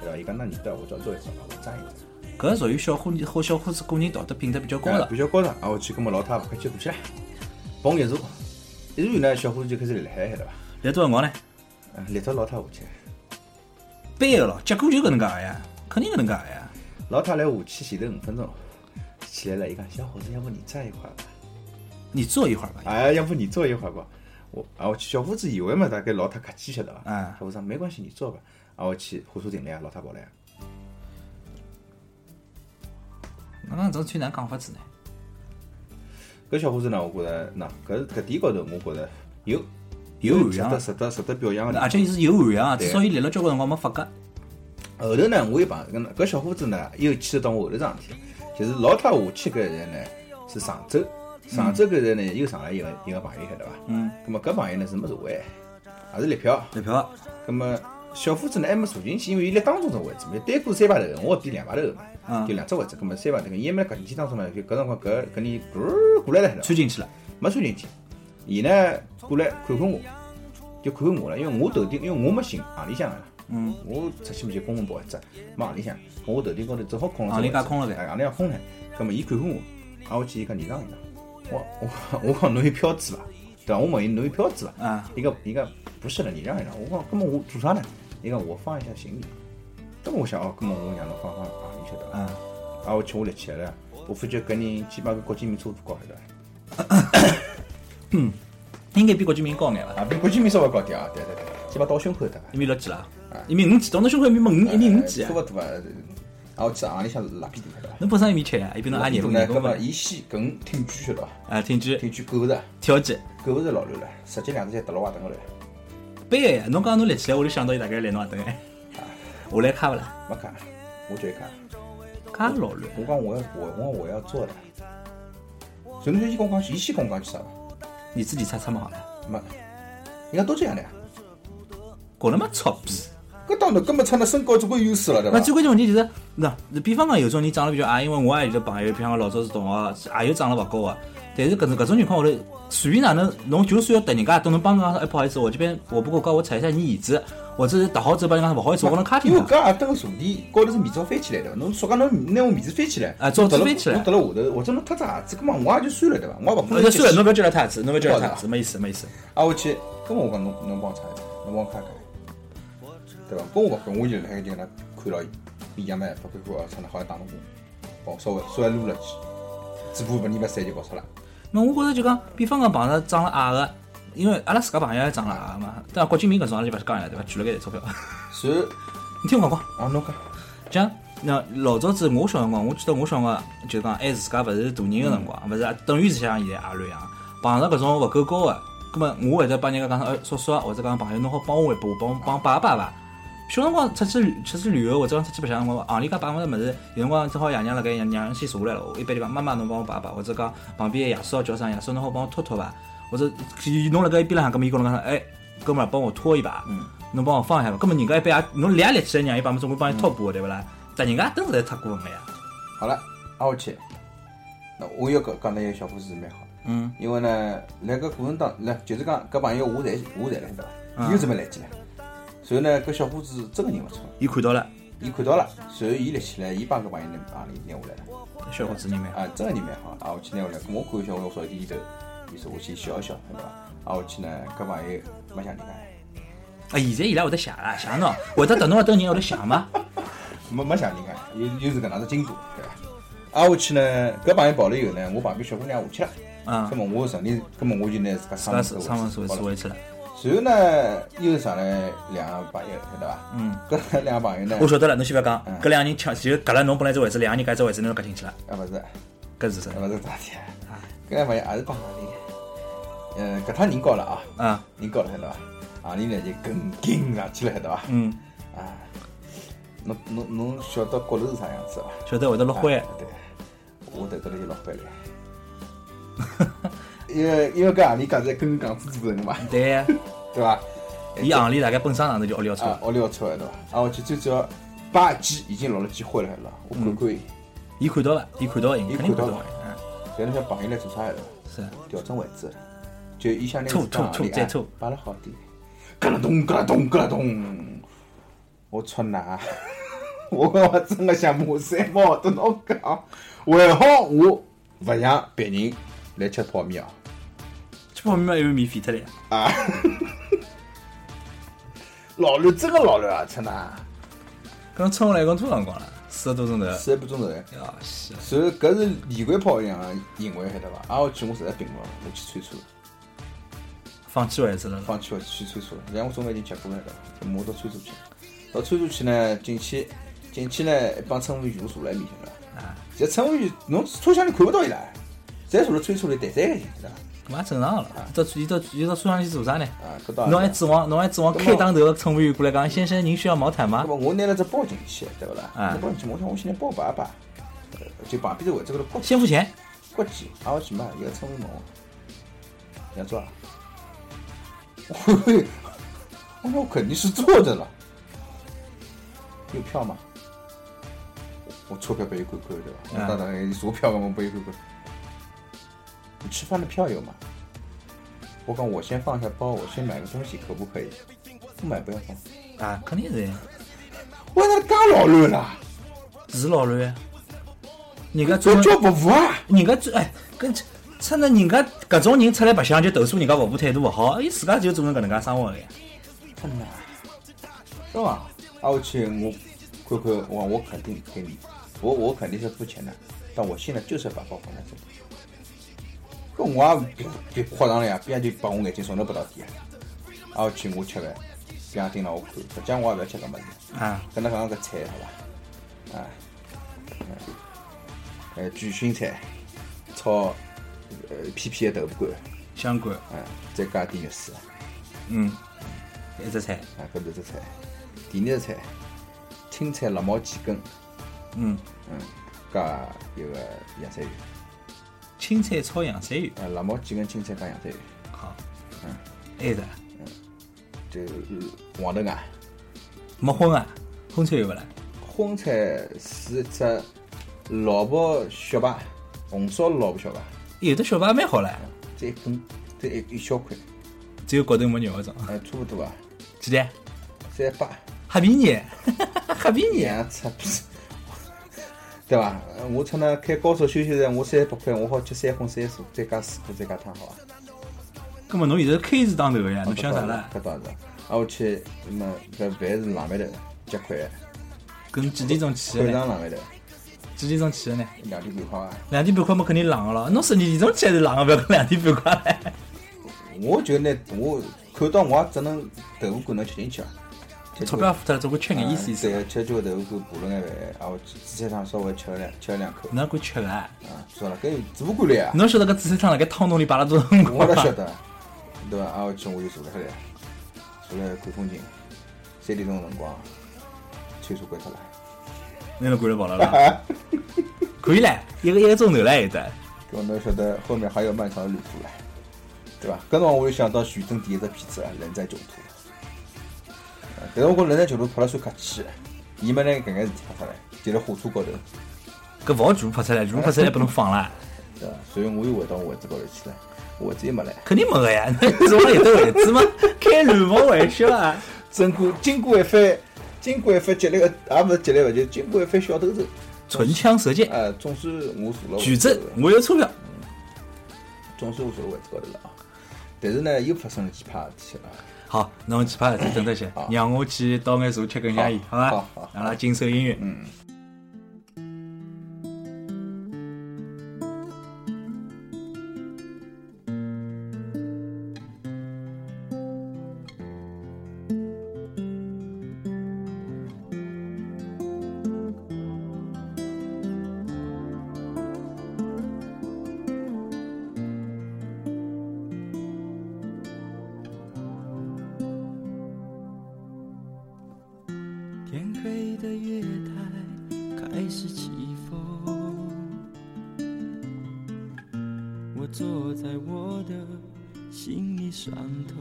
S3: 对伐？伊讲那你对我叫坐一会儿吧，我站一会儿。
S2: 搿属于小伙子和小伙子个人道德品德比较高
S3: 哎
S2: 了
S3: 比。较高尚。啊，我去跟我老太勿客气过去了，啊碰一坐，一坐呢，小伙子就开始立海海了吧，
S2: 来多少辰光呢？
S3: 啊立到老太下去，
S2: 掰个咯，结果就搿能介个呀，肯定搿能介个呀。
S3: 老太来下去前头五分钟，起来了，伊讲小伙子，要不你站一会儿吧？
S2: 你坐一会儿吧。
S3: 哎，要不你坐一会儿吧？我啊，我去，小伙子以为嘛，大概老太客气晓得伐？
S2: 啊
S3: 小伙子讲没关系，你坐吧。啊，我去，火车停了呀，老太跑来呀，
S2: 侬讲这最难讲法子呢？
S3: 搿小伙子呢，我觉着，喏，搿搿点高头，我觉着有
S2: 有涵
S3: 值
S2: 养
S3: 得
S2: 啊，
S3: 值得值得表扬的地
S2: 而
S3: 方。
S2: 且伊是有涵养啊，
S3: 对
S2: 至少伊立了交关辰光没发觉。
S3: 后头呢，我又碰搿搿小伙子呢，又牵扯到我后头桩事体，就是老太下去搿人呢是常州，常州搿人呢又上来一个一个朋友，晓得伐？
S2: 嗯，
S3: 葛末搿朋友呢是没座位，也是立票，
S2: 立票
S3: 葛末小伙子呢还没坐进去，因为伊立当中只位置嘛，单过三排头，我比两排头嘛，
S2: 嗯
S3: 就两只位置，葛末三排头，伊还没搿进去当中呢，就搿辰光搿搿人咕过来了，
S2: 穿进去了，
S3: 没穿进去，伊呢过来看看我，就看看我了，因为我头顶，因为我没寻行李箱啊。
S2: 嗯，
S3: 我出去嘛就公文包一只，没行李箱，跟我头顶高头正好空了只
S2: 行李架
S3: 位置
S2: 啊空了噻
S3: 哎行李架空 *laughs* 了。葛么伊看看我，挨下去伊讲你让一让，我我我讲侬有票子伐？对伐？我问伊侬有票子伐？
S2: 啊，
S3: 伊讲伊讲不是的，你让一让。我讲，那么我做啥呢？伊讲我放一下行李。那么我想哦，那么我让侬放放啊，你晓得伐？
S2: 嗯，
S3: 啊，我去我立起来了，我发觉搿人基本上跟国际民差勿高，晓得伐？
S2: 应该比国际民高眼伐？
S3: 啊，比国际民稍微高点啊，对对对，基本上到胸口对伐？
S2: 一米六几啦？一米五几？到侬胸口一米五，一米五几
S3: 差
S2: 啊？
S3: 勿多啊。啊，我去行里向蜡笔大，对伐？
S2: 侬本身一米七啊，一比侬矮廿公
S3: 呢
S2: 廿，
S3: 那
S2: 公
S3: 么
S2: 分
S3: 伊先搿挺举晓得伐？
S2: 啊，挺举
S3: 挺举狗着，
S2: 跳起。
S3: 狗着老乱了，直接两只脚踏牢鞋凳高头，
S2: 背呀，侬刚刚侬立起来，我就想到伊大概立侬阿等哎，下来卡勿啦？
S3: 没看，我就一看。
S2: 卡老乱，
S3: 我讲我要我我我要做的。所以侬就伊跟我讲，伊先跟我讲句啥伐？
S2: 你自己猜猜嘛好了，
S3: 没，人家都这样的呀。
S2: 搞了嘛臭逼！
S3: 搿当然，搿么出那身高总归有优势了，对
S2: 那
S3: 伐？
S2: 最关键问题就是，那比方讲有种人长得比较矮，因为我也有的朋友，比方讲老早是同学，也有长得勿高个，啊但是搿种搿种情况下头，随便哪能，侬就算要搭人家，都能帮人家说，哎不好意思，我这边我不够高，我踩一下你椅子，或者是搭好之后帮人家说不好意思，我跟侬卡
S3: 因
S2: 进
S3: 为
S2: 去。
S3: 搿鞋凳个坐垫高头是面罩翻起来的，侬说讲侬拿我面子翻起来，
S2: 啊罩子
S3: 我得了
S2: 翻起来
S3: 我得了下头，或者侬脱只鞋子，搿么我也就算了，对伐？我也勿可
S2: 呃，
S3: 能
S2: 算了，侬不要叫他太子，侬不要叫他
S3: 对
S2: 太
S3: 吧
S2: 子，没意思，没意思。
S3: 啊，我去，搿么我讲侬侬帮我擦一下，侬帮我擦一下，对伐？搿我勿管，我就辣海就跟他看牢伊，伊也没办法，看看哦，穿得好像打侬工，帮我稍微稍微撸了去，只不过把你把衫就搞出来。
S2: 那我觉着就讲，比方讲碰着长了矮个，因为阿拉自家朋友也长了矮个嘛，但郭敬明搿种阿拉就勿是讲伊拉对伐？举了搿钞票，
S3: 所以
S2: *laughs* 你听我讲讲。
S3: 啊，侬讲
S2: 讲那老早子我小辰光，我记得我小辰光就讲还自家勿是大人个辰光，勿是啊等于是像现在阿乱一样，碰着搿种勿够高个，葛末我会得帮人家讲说，哎，叔叔啊或者讲朋友，侬好帮我一把，帮我帮摆摆伐？小辰光出去出去旅游或者讲出去白相，我行里家摆勿着物事，有辰光正好爷娘辣盖，娘娘先坐下来了，我一般就讲妈妈侬帮我摆摆，或者讲旁边的爷叔叫声，爷叔侬好帮我拖拖伐？或者伊侬辣盖一边浪向，葛末伊跟侬讲，哎，哥们儿帮我拖一把，侬帮我放一下伐？葛末人家一般也侬俩立起来，让伊帮么总归帮伊拖把的对勿啦？但人家凳实在太过分了呀。
S3: 好了，啊，我去，那我要讲讲那个小伙子是蛮好的。
S2: 嗯，
S3: 因为呢，辣搿过程当，来就是讲搿朋友我侪我侪来晓得伐？
S2: 嗯
S3: 伊又准备来劲了。随后呢，搿小伙子真个人勿错，
S2: 伊看到了，
S3: 伊看到了，随后伊立起来，伊帮搿朋友拿行李拿下来了。
S2: 小伙子人蛮好。
S3: 啊，真个人蛮好。啊，我去拿下来，咾我看一下，我稍微点点头，于是我去笑一笑，晓得伐？啊，我去呢，搿朋友没想人家，
S2: 啊，现在伊拉会得想啦，想喏，会得等侬个等人会得想吗？
S3: 没没想人家，又又是搿能只经过，对伐？啊，我去呢，搿朋友跑了以后呢，我旁边小姑娘下去了，
S2: 嗯 *laughs*
S3: 搿，么我顺利，搿么我就拿自家
S2: 自
S3: 上
S2: 家
S3: 门
S2: 上上门坐
S3: 好了
S2: 坐回去了。
S3: 随后呢，又上来两个朋友，晓得伐？
S2: 嗯，
S3: 搿两个朋友呢，
S2: 我晓得了，侬先勿要讲
S3: 嗯，
S2: 搿两个人抢，就搿了侬本来只位置，两个人搿只位置侬夹进去了，
S3: 啊，勿是，
S2: 搿是啥？
S3: 勿是咋体啊？搿两个朋友也是帮行钿。呃，搿趟人高了啊，
S2: 啊，
S3: 人高了，晓得伐？行钿呢就跟紧上去了，晓得伐？
S2: 嗯，
S3: 啊，侬侬侬晓得高头是啥样子伐？
S2: 晓得会得落灰
S3: 啊，对，我头头来就老欢了。 *laughs* 因为因为搿行钿讲在跟港子做人嘛，
S2: 对呀，
S3: *laughs* 对伐？
S2: 伊行里大概本身上头就奥利奥车，
S3: 啊，屋里要出来对伐？啊，我去最主要把机已经落了机会了，晓得伐？我看看伊。
S2: 伊看到了，伊看到了，伊
S3: 伊
S2: 肯定
S3: 看
S2: 看
S3: 到
S2: 到
S3: 了
S2: 了，嗯，
S3: 但是像朋友来做啥来了？
S2: 是啊，
S3: 调整位置，就伊想拿
S2: 吐
S3: 自家
S2: 吐
S3: 行李
S2: 吐再
S3: 啊
S2: 吐
S3: 摆了好点，咯啦咚咯啦咚咯啦咚，我出哪？我讲 *laughs* 我真的想骂三毛，跟侬讲，还好我勿像别人来吃泡面哦。
S2: 这泡面嘛又免费脱了呀，
S3: 老刘真的老刘啊，出哪？
S2: 搿侬撑下来一共多少辰光了？四个多钟头。
S3: 三个半钟头哎。
S2: 啊，是啊，
S3: 所以搿是连环炮一样的行为，晓得伐？挨下啊去我实在并勿，我去催车，
S2: 放弃位置了咯，
S3: 放弃我去催车了。然后我中间已经结过了，晓得伐？就马上到催车去，到催车去呢，进去进去呢，一帮乘务员全部坐辣埃面前了。
S2: 啊，
S3: 现在乘务员侬车厢里看勿到伊拉，侪坐辣催车里谈三个人，晓得伐？
S2: 搿嘛正常了。
S3: 嗯
S2: 到伊到伊到车上去做啥呢？
S3: 啊，搿倒也
S2: 侬还
S3: 是
S2: 指望侬还指望
S3: 搿么
S2: 开档头个乘务员过来讲，先生您需要毛毯
S3: 那
S2: 吗？
S3: 么我拿了只包进去，对勿啦？
S2: 啊
S3: 拿包进去，我想我现在包摆一摆，呃就旁边头位置高头国
S2: 先付钱。
S3: 国际，挨下去嘛，一个乘务员问我，你要做啊？我我说我肯定是坐着了，有票吗？我车票拨伊看看对伐？我
S2: 嗯
S3: 当然坐票嘛，我拨伊看看。你吃饭的票有吗？我讲我先放下包，我先买个东西，可不可以？不买不要放。
S2: 啊，肯定是呀，
S3: 我哪介老乱啦？
S2: 是老啊乱呀。人家
S3: 我
S2: 专门，
S3: 叫不服啊！
S2: 人家专哎，跟出那人家搿种人出来白相就投诉人家服务态度勿好，伊自家就做成搿能介生活个呀。
S3: 真的啊，对伐？挨下去我看看，我我肯定给你，我我肯定是付钱的，但我现在就是要把包放在这里。搿我也别别夸张了呀，别人就把我眼睛从头拨到底啊！挨下去我吃饭，别人盯牢我看，实际上我也勿要吃搿物事。
S2: 啊，
S3: 跟他讲个菜好伐？啊，嗯呃，卷心菜炒呃片片的豆腐干，
S2: 相关，
S3: 嗯，再加点肉丝，
S2: 嗯，一只菜，
S3: 啊，搿头只菜。第二只菜，青菜绿毛鸡根，
S2: 嗯，
S3: 嗯，加一个洋山芋，
S2: 青菜炒洋山芋，
S3: 呃，绿毛鸡根青菜加洋山芋，
S2: 好，哎
S3: 嗯，
S2: 还有一只
S3: 就呃黄豆芽，
S2: 没荤啊，荤菜有勿啦？
S3: 荤菜是一只萝卜小排，红烧萝卜小排，
S2: 有的小排蛮好唻，
S3: 这一根，这一一小块，
S2: 只有骨头没肉搿种。
S3: 呃，差不多啊。
S2: 几钿？
S3: 三百，
S2: 黑皮 *laughs* 肉，黑皮肉。
S3: 娘擦逼， *laughs* 对伐？呃我趁那开高速休息站，我三百块，我好吃三荤三素，再加水果，再加汤，好伐？
S2: 葛末侬现在是 K 字当头个呀，
S3: 好
S2: 侬想啥啦？
S3: 搿倒是，啊，我去，那么搿饭是冷饭头，结块，
S2: 跟几点钟去
S3: 晚
S2: 个呢？
S3: 上冷饭头，
S2: 几点钟去个呢？
S3: 两点半块啊。
S2: 两点半块么肯定冷个咯。侬十二点钟去还是冷个，勿要讲两点半块唻。
S3: 我就拿我看到我也只能豆腐干能吃进去啊。吃
S2: 钞
S3: 几
S2: 票
S3: 个
S2: 付脱了，总归吃眼意思意思。
S3: 哎对，吃几个豆腐干，补了眼饭，啊，我紫菜汤稍微吃了两吃了两口，
S2: 哪敢吃个啊？
S3: 啊，算了，搿主管来啊。
S2: 侬晓得搿紫菜汤辣盖汤桶里摆了多少辰
S3: 我
S2: 光
S3: 哪晓
S2: 伐？
S3: 得，对伐？挨下去我就坐了下来，坐了看风景，三点钟的辰光，催车关脱了，
S2: 侬都管了跑了啦？ *laughs* 可以唻，一个一个钟头唻，有的。
S3: 搿我侬晓得后面还有漫长的旅途了，对伐？搿辰光我就想到徐峥第一只片子啊，《人在囧途》啊，但是我觉得人在囧途》拍了算客气啊的，伊没拿搿眼事体拍出来，就辣火车高头，
S2: 搿勿好全部拍出来，全部拍出来拨侬放啦，
S3: 对伐？所以我又回到我位置高头去了，我位置又没来。
S2: 肯定没个呀。 *laughs* 侬总要有得位置嘛，开乱毛玩笑啊！
S3: 经过经过一番，经过一番激烈的，也勿是激烈伐，就经过一番小斗争，
S2: 唇枪舌剑，
S3: 呃，总算我坐了位置
S2: 举证
S3: 高头，
S2: 我有钞票。
S3: 总算我坐到位置高头了啊。但是呢，又发生了奇葩的事体了啊。
S2: 好，侬去拍事体等得些，让我去倒眼茶吃根香烟，好
S3: 好
S2: 伐
S3: 好好？
S2: 阿拉经受音乐，嗯。
S4: 天黑的月台开始起风，我坐在我的行李上头，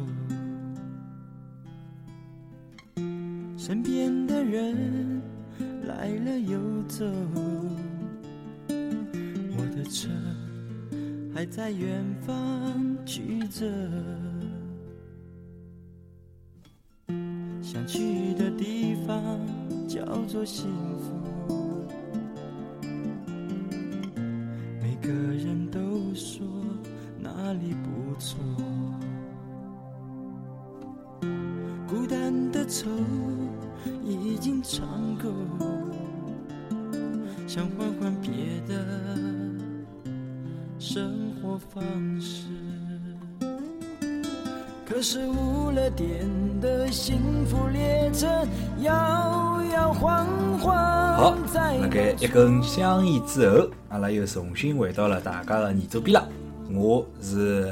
S4: 身边的人来了又走，我的车还在远方曲折。想去的地方叫做幸福。每个人都说哪里不错，孤单的愁已经尝够，想换换别的生活方式。可是无了点的幸福列车，摇摇晃晃。
S2: 好，
S4: 在
S2: 辣盖一根香烟之后，阿拉又重新回到了大家的耳朵边了。我是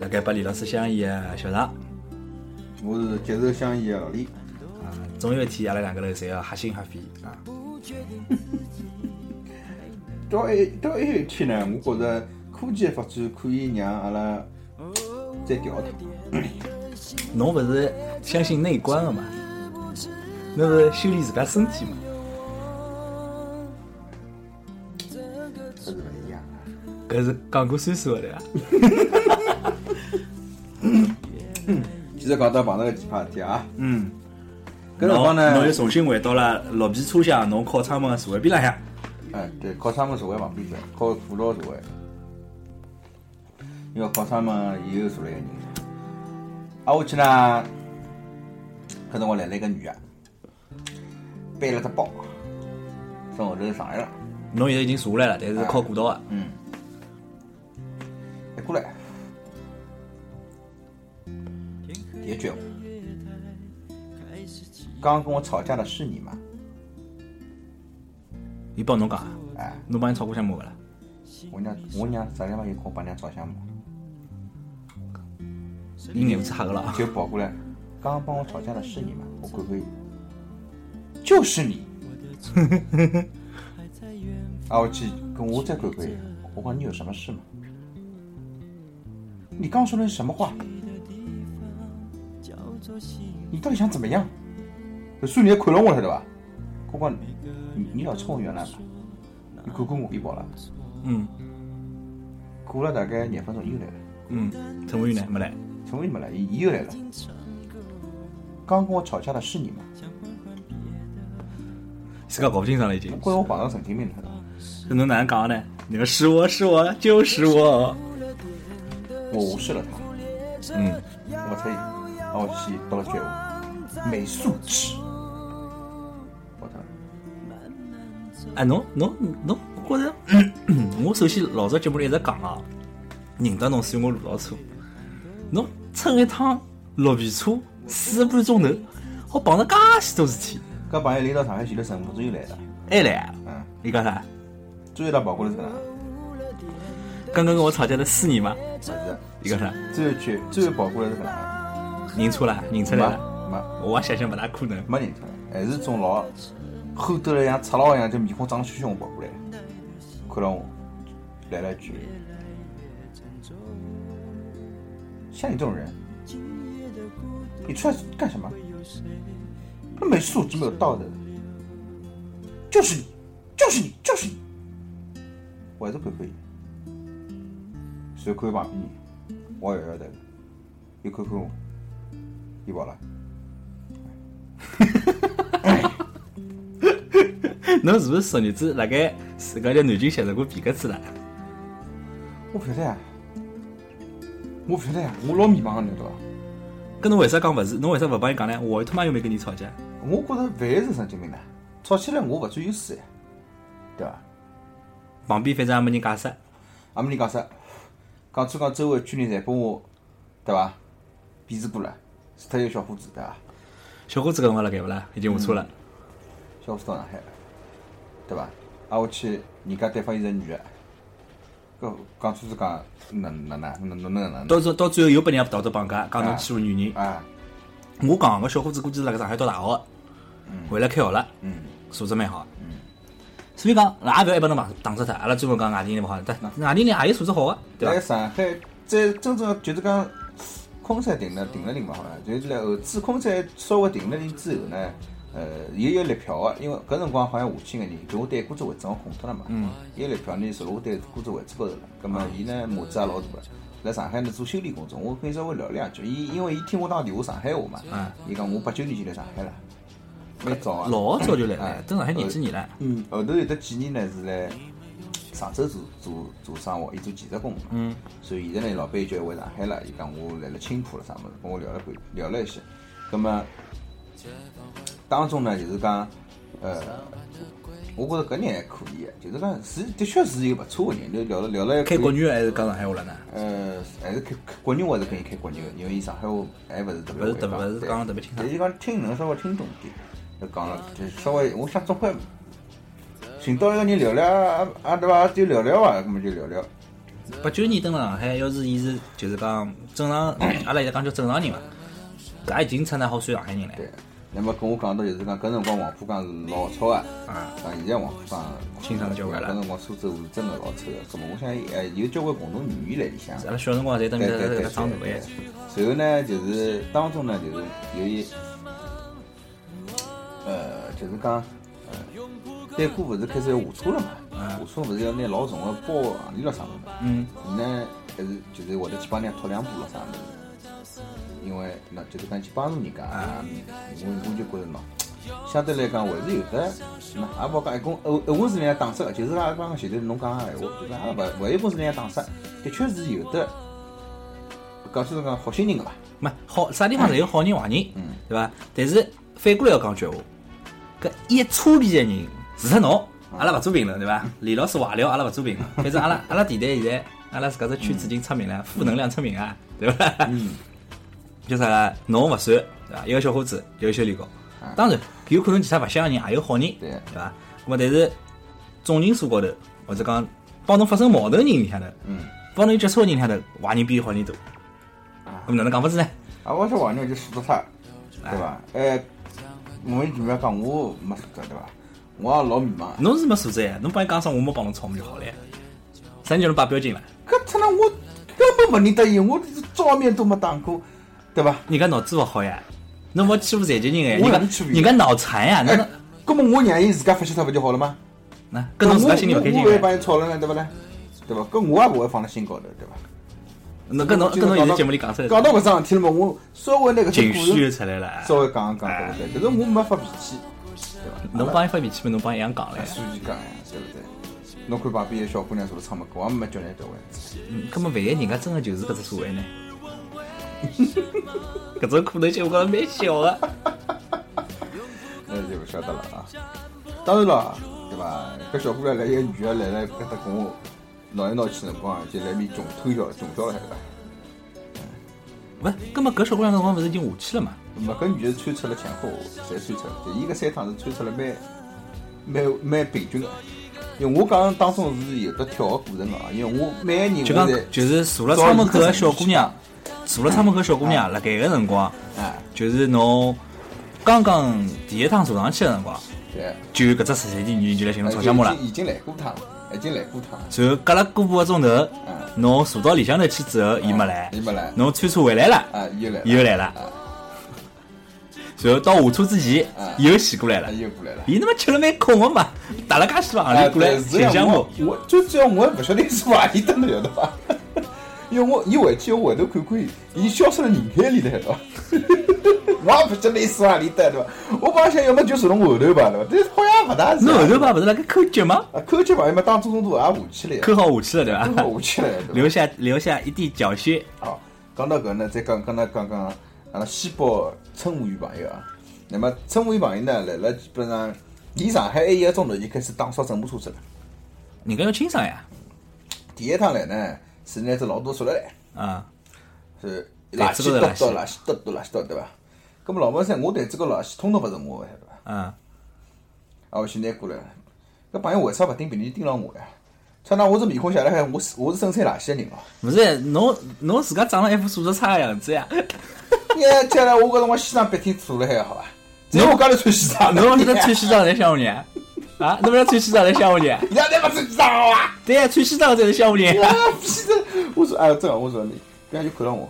S2: 辣盖拨李老师香烟的小常。
S3: 我是接受香烟的老李，
S2: 啊，总有一天阿拉两个头侪要合心合肺啊！
S3: 到还到还有一天呢，我觉着科技的发展可以让阿拉再调调。
S2: 侬勿是相信内观的嘛？侬勿是修炼自家身体嘛？
S3: 搿是勿一样的。
S2: 搿是讲过算数的对伐？
S3: 其实讲到碰到个奇葩事体啊，
S2: 嗯，
S3: 搿辰光呢
S2: 侬，又重新回到了绿皮车厢，侬靠窗门的座位边浪向。
S3: 哎，对，靠窗门座位旁边头，靠扶老座位。因为高仓门又坐了一个人。啊挨下去呢，搿辰光来了一个女的，背了只包，从后头上来了，
S2: 侬现在已经坐下来了，但是靠过道啊，
S3: 嗯，哎一过来，第一句，刚刚跟我吵架的是你吗？
S2: 伊帮侬讲啊，
S3: 哎，
S2: 侬帮伊炒过项目勿啦？
S3: 我娘，我娘昨天晚上有空帮人家找项目，
S2: 伊眼子黑个了啊，
S3: 就跑过来，刚刚帮我吵架的是你吗？我看看，就是你。 *laughs* 啊，我去跟我再看看，我问你有什么事吗？你刚说的是什么话？你到底想怎么样？这孙女看了我了，对吧？我讲你，你老冲我原来嘛，你看看我一包了。
S2: 嗯
S3: 过了大概廿分钟又来了。
S2: 嗯，陈委员呢没来，
S3: 陈伟没来，伊伊又来了。刚跟我吵架的是你吗？
S2: 自家搞勿清爽了已经
S3: 我。觉着我碰上神经病了。
S2: 搿侬哪能讲呢？你个是我是我就是我，
S3: 我无视了他，
S2: 嗯，
S3: 我才让我去到了觉悟，没素质。我操！
S2: 哎侬侬侬，我觉着， *coughs* 我首先老早节目里一直讲啊，认得侬是因为我路老车，侬乘一趟绿皮车四个半钟头，好碰着介许多事体，
S3: 搿朋友来到上海前头十五分钟又来了，
S2: 还来啊？
S3: 嗯，
S2: 伊讲啥？
S3: 最后一趟跑过来是搿能，
S2: 刚刚跟我吵架的是你吗？
S3: 勿是，
S2: 伊讲啥？
S3: 最后一句最后跑过来是搿能，
S2: 认错了，认出
S3: 嗯
S2: 来了。
S3: 没
S2: 我也想想，不大可能。
S3: 没没认出来，还是种老厚得来像赤佬一样，就面孔长得凶凶跑过来，看到我来了一句，像你这种人，你出来干什么？那没素质，没有道德的，就是你，就是你，就是你。我还是看看伊，随后看旁边人，我摇摇头，又看看我，伊跑了。
S2: *laughs* 侬是不是昨日子辣盖自家在南京写着过皮克斯了？
S3: 我不晓得呀，我不晓得呀，我老迷茫个，侬晓得伐？
S2: 跟侬为啥讲勿是？侬为啥勿帮伊讲呢？我他妈又没跟你吵架。
S3: 我觉着万一是神经病呢，吵起来我勿占优势呀，对伐？
S2: 旁边反正也没人解释，
S3: 阿么你讲啥？讲粗讲周围居民侪拨我，对伐？鄙视过了，除脱一个小伙子，对伐？
S2: 小伙子搿辰光辣盖勿啦？已经下车了。
S3: 小伙子到上海了，对伐？挨下去，人家对方又是女个，搿讲粗是讲哪哪哪哪哪哪哪哪
S2: 到最到最后又被人家道德绑架，讲侬欺负女人。
S3: 啊？
S2: 我讲个小伙子估计是辣盖上海读大学，回来开学了，
S3: 嗯，
S2: 素质蛮好。所以讲，也勿要一帮侬打打死脱。阿拉专门讲外地人勿好，但外地人也有素质好个，对
S3: 来
S2: 伐？
S3: 上海，在真正就是讲空山停了停了停嘛，好像就是来后子空山稍微停了停之后呢，呃，也有立票个，因为搿辰光好像下去个人，就我对股子位置我空脱了嘛，嗯，也有立票呢，坐落我对股子位置高头了，葛末伊呢码子也老大了。来上海呢做修理工作，我跟伊稍微聊两句。伊因为伊听我打电话上海话嘛，
S2: 嗯
S3: 伊讲我八九年就来上海了，蛮早啊。
S2: 老早就来了，哎蹲上海廿几年了。
S3: 嗯，后头有得几年呢是来常州做做做生活，伊做技术工嘛。嗯。所以现在呢，老板就回上海了。伊讲我来了青浦了啥物事，跟我聊了半聊了一些。葛么当中呢，就是讲，呃，我觉着搿人还可以的，就是讲是的确是一个勿错的人。就聊了聊了，
S2: 呃开国语还是讲上海话了呢？
S3: 呃，还是开开国语，我还是跟伊开国语的，因为伊上海话啊还勿是特别
S2: 勿是
S3: 会
S2: 特别
S3: 讲
S2: 勿是
S3: 对
S2: 讲得特别清爽
S3: 但是讲听能稍微听懂点，就讲了，就稍微，我想总归寻到一个人聊聊啊啊，对伐？就聊聊伐，搿么就聊聊。
S2: 八九年蹲辣上海，要是伊是就是讲正常，阿拉现在讲叫正常人嘛，搿也已经出来好算上海人了。
S3: 对，那么跟我讲到就是讲，搿辰光黄浦江是老吵啊，
S2: 啊，
S3: 啊，现在黄浦江
S2: 清爽了交关了
S3: 搿辰光苏州是真的老臭的，搿么我想呃有交关共同语言辣里向。
S2: 阿拉小辰光侪蹲辣
S3: 对对
S2: 搿
S3: 对
S2: 搭长大
S3: 对
S2: 个，
S3: 随后呢，就是当中呢，就是有一，呃，就是讲，呃，对过勿是开始要下车了嘛？下车勿是要拿老重个包行李了啥物事嘛？
S2: 嗯，
S3: 伊呢还是就是会得去帮人家拖两步了啥物事，因为那就是讲去帮助人家，
S2: 嗯
S3: 我我就觉着喏。相对来讲还是有的，那也勿好讲一共呃呃，我是人家打折，就是阿拉刚刚前头侬讲个闲话，就是阿拉勿勿一共是人家打折，的确是有的讲起来讲好心人个伐？
S2: 没好啥地方侪有好人坏人，
S3: 嗯
S2: 对伐？但是反过来要讲句话，搿一车边的人除脱侬，
S3: 嗯
S2: 阿拉勿做评论，对伐？李老师坏料阿拉勿做评论，反正阿拉阿拉电台现在阿拉自家只圈子已经出
S3: 嗯
S2: 名了，负能量出名啊，对伐？嗯， *laughs* 就啥啦？侬勿算，对伐？一个小伙子，一个修理工，当然有可能其他白相个人也有好人，
S3: 嗯对
S2: 对伐？那么但是总人数高头，或者讲帮侬发生矛盾的人里向头，嗯，帮侬有接触的人里向头，坏人比好人多，咁哪能讲法子呢？
S3: 啊，我小朋友就数到他，对伐？哎，莫名其妙讲我没数到，对伐？我也老迷茫。
S2: 侬是没素质呀，侬帮伊讲声，我没帮侬吵，我就好了呀。啥人叫侬摆标警了？
S3: 搿出来我根本勿认得伊，我照面都没打过，对伐？
S2: 人家脑子勿好呀，侬勿要欺负残疾人哎，
S3: 我哪
S2: 人
S3: 能
S2: 家
S3: 欺负伊
S2: 人家脑残呀，
S3: 哎
S2: 那，
S3: 搿么我让伊自家发泄脱勿就好了吗？
S2: 那跟侬自家心里勿开
S3: 我我我也
S2: 心啊。
S3: 帮伊吵了呢，对勿啦？对伐？搿我也勿会放辣心高头，对伐？
S2: 侬跟侬跟侬现在节目里讲出来，
S3: 讲到搿桩事体了嘛，我稍微那个
S2: 情
S3: 故
S2: 绪又
S3: 事
S2: 出来了啊。
S3: 稍微讲一讲对勿对？但是我没发脾气，对伐？
S2: 侬帮伊发脾气嘛，侬帮伊一样讲了呀。
S3: 哎书记讲呀，对勿对？侬看旁边有小姑娘坐辣唱么歌，我也没叫人对伐？
S2: 嗯，根本万一人家真的就是搿只所谓呢？ *laughs* 搿种可能性我觉着蛮小 *laughs* 的。
S3: 那就勿晓得了啊。当然了，对伐？搿小姑娘来一个女的来了搿搭跟我闹来闹去辰光，就来面穷偷笑穷笑了，对伐？
S2: 勿，根本搿小姑娘辰光勿是已经下去了嘛？
S3: 那么搿女的穿出了前后，侪穿出了，就伊搿三趟是穿出了蛮蛮蛮平均的。因为我讲当中是有得跳的过程的啊，因为我每个人我
S2: 就讲
S3: 侪
S2: 就是坐辣窗门口个小姑娘，坐辣窗门口小姑娘，辣盖个辰光，
S3: 啊，
S2: 就是侬刚刚第一趟坐上去个辰光，
S3: 对，
S2: 就有搿只实习的女人就来寻侬吵相骂了。
S3: 已经已经来过趟了，已经来过趟了。
S2: 然后隔了过半个钟头
S3: 嗯，
S2: 侬坐到里向头去之后，伊没来
S3: 啊伊，没来，
S2: 侬催车回来了，
S3: 啊，又来了，
S2: 伊又来了。然后到下车之前
S3: 嗯，
S2: 又洗过来
S3: 啊，
S2: 了。
S3: 又过来了。
S2: 伊他妈吃了蛮空个嘛，打了嘎西往
S3: 啊，
S2: 里过来
S3: 对是
S2: 寻
S3: 呀
S2: 相骂
S3: 我。我最主要我也不晓得是哪里的了，晓得伐？因为我伊回去我回头看看，伊消失了人海里了，晓得伐？ *laughs* 我也不晓得伊是哪里的，对伐？我帮想，要么就坐侬后头吧，对伐？但是好像勿大是。
S2: 侬后头吧勿是辣盖抠脚吗？
S3: 啊，抠脚嘛，要么当中中途也下去了呀，
S2: 抠好下去了
S3: 抠
S2: 对伐？
S3: 好下去了呀，对
S2: 留
S3: 伐？
S2: 下留下一地脚靴。
S3: 好，讲到搿呢，再讲讲到讲讲阿拉西宝乘务员朋友啊，那么乘务员朋友呢，来了基本上离上海还有一个钟头就开始打扫整部车子了。
S2: 人家要清爽呀，
S3: 第一趟来呢，是拿只老大塑料袋。
S2: 啊，
S3: 是
S2: 袋
S3: 垃
S2: 子
S3: 圾
S2: 高
S3: 倒
S2: 头
S3: 倒
S2: 垃
S3: 垃
S2: 圾
S3: 圾倒倒垃圾倒对伐？咁么老板三，我袋子高垃圾通通勿是我的，晓得伐？
S2: 嗯，
S3: 啊，我去拿过来了。搿朋友为啥勿盯别人盯牢我呀？像那我这面孔下来海，我是我是生产垃圾的人哦。
S2: 勿是侬侬自家长了一副素质差个
S3: *laughs*
S2: 样子呀，
S3: 哎，接下来我搿辰光西装笔挺做了海，好伐？只有我家头穿西装，
S2: 侬勿是在
S3: *laughs*
S2: 穿西装来吓唬人啊？啊，侬勿是穿西装来吓唬人啊？
S3: 伊拉侪勿穿西装好伐？
S2: 对呀，穿西装才是吓唬
S3: *laughs*
S2: 人啊。
S3: 啊，屁的！啊 *laughs* 我说，哎，真的，我说你，别人就看牢我，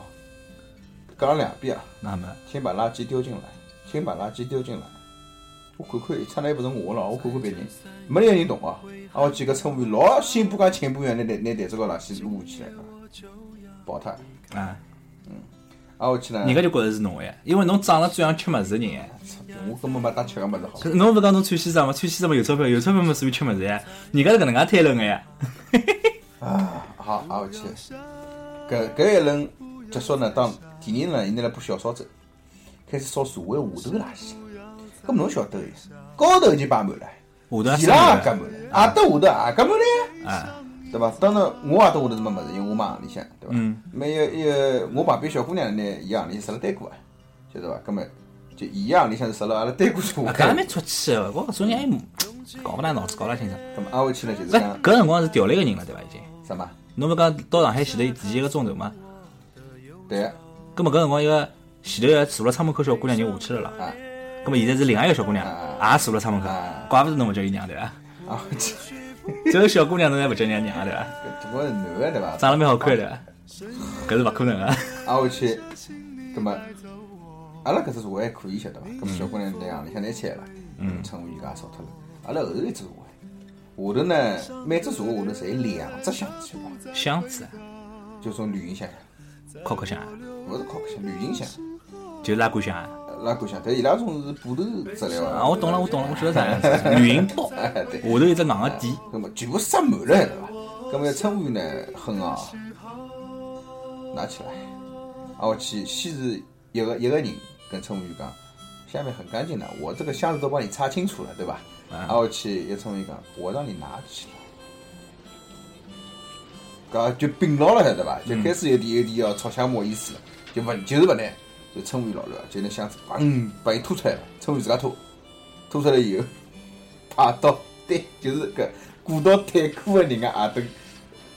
S3: 讲了两遍啊。
S2: 那么，
S3: 先把垃圾丢进来，先把垃圾丢进来。我看看，出来又不是我了，我看看别人，没一个人懂啊。啊，我几个乘务员老心不甘情不愿的拿拿袋子高垃圾撸起来了，跑脱。
S2: 啊，
S3: 啊，我去呢，
S2: 人家就觉着是侬个呀，因为侬长了最像吃物事的人呀。
S3: 我根本没当吃个么子好
S2: 可。是侬勿是讲侬穿西装嘛？穿西装嘛有钞票，有钞票嘛属于吃物事呀。人家是搿能介推论个呀。
S3: 好，啊，我去。搿搿一轮结束呢，当第二轮伊拿了把小扫帚，开始扫社会下头的垃圾。搿么侬晓得，高头已经摆满了，伊
S2: 下头
S3: 拉也
S2: 啥
S3: 夹满了，阿搭下头也夹满了呀。
S2: 啊？
S3: 对伐？当然，我也到我头是没物事，因为我买行李箱，对伐？
S2: 嗯。
S3: 没有一个我旁边小姑娘呢，伊行李箱塞了单过啊，晓得伐？葛末就伊行李箱是塞了阿拉单过车
S2: 啊，搿也蛮出气个，我搿种人还嗯搞勿大脑子，搞勿大清爽。
S3: 葛末挨下去呢，就是啊
S2: 勿
S3: 讲
S2: 是，搿辰光是调来个人了对伐？已经。
S3: 什么？
S2: 侬勿是讲到上海前头第一个钟头嘛？
S3: 对啊，
S2: 葛末搿辰光一个前头个坐辣窗门口小姑娘就下去了啦。
S3: 啊
S2: 葛末现在是另外一个小姑娘
S3: 啊
S2: 也坐辣窗门口
S3: 啊，
S2: 怪勿得侬勿叫伊娘对伐？
S3: 啊，这
S2: *laughs* 这个小姑娘侬侪勿叫伊娘对伐？
S3: 搿只不过是男的对伐？
S2: 长得蛮好看的，搿是勿可能的。
S3: 挨下去，葛末阿拉搿只座位还可以，晓得伐？葛末小姑娘拿行李箱拿起来了，嗯，乘务员家扫脱了，阿拉后头一只座位，下头呢每只座位下头侪有两只箱子，晓得伐？
S2: 箱子啊，
S3: 就种旅行箱，
S2: 靠靠箱啊，
S3: 勿是 c o 箱，旅行箱。
S2: 就是拉杆箱啊。
S3: 拉杆箱，但伊拉种是布头质量
S2: 啊，我懂了，我懂了，我晓得啥样子。旅行包，下
S3: 哎，对，
S2: 头有只硬个底，
S3: 那么全部塞满了，对伐？那么乘务员呢，哼啊，拿起来，挨下去，先是一个一个人跟乘务员讲，下面很干净的，我这个箱子都帮你擦清楚了，对吧？挨下去，一个乘务员讲，我让你拿起来。搿就并牢了，晓得伐？就开始有点有点要吵相骂意思了，就勿就是勿难，就乘务员老了，就拿箱子砰把伊拖出来了，乘务员自家拖，拖出来以后，爬啊到对，就是搿挂到腿裤个人家阿登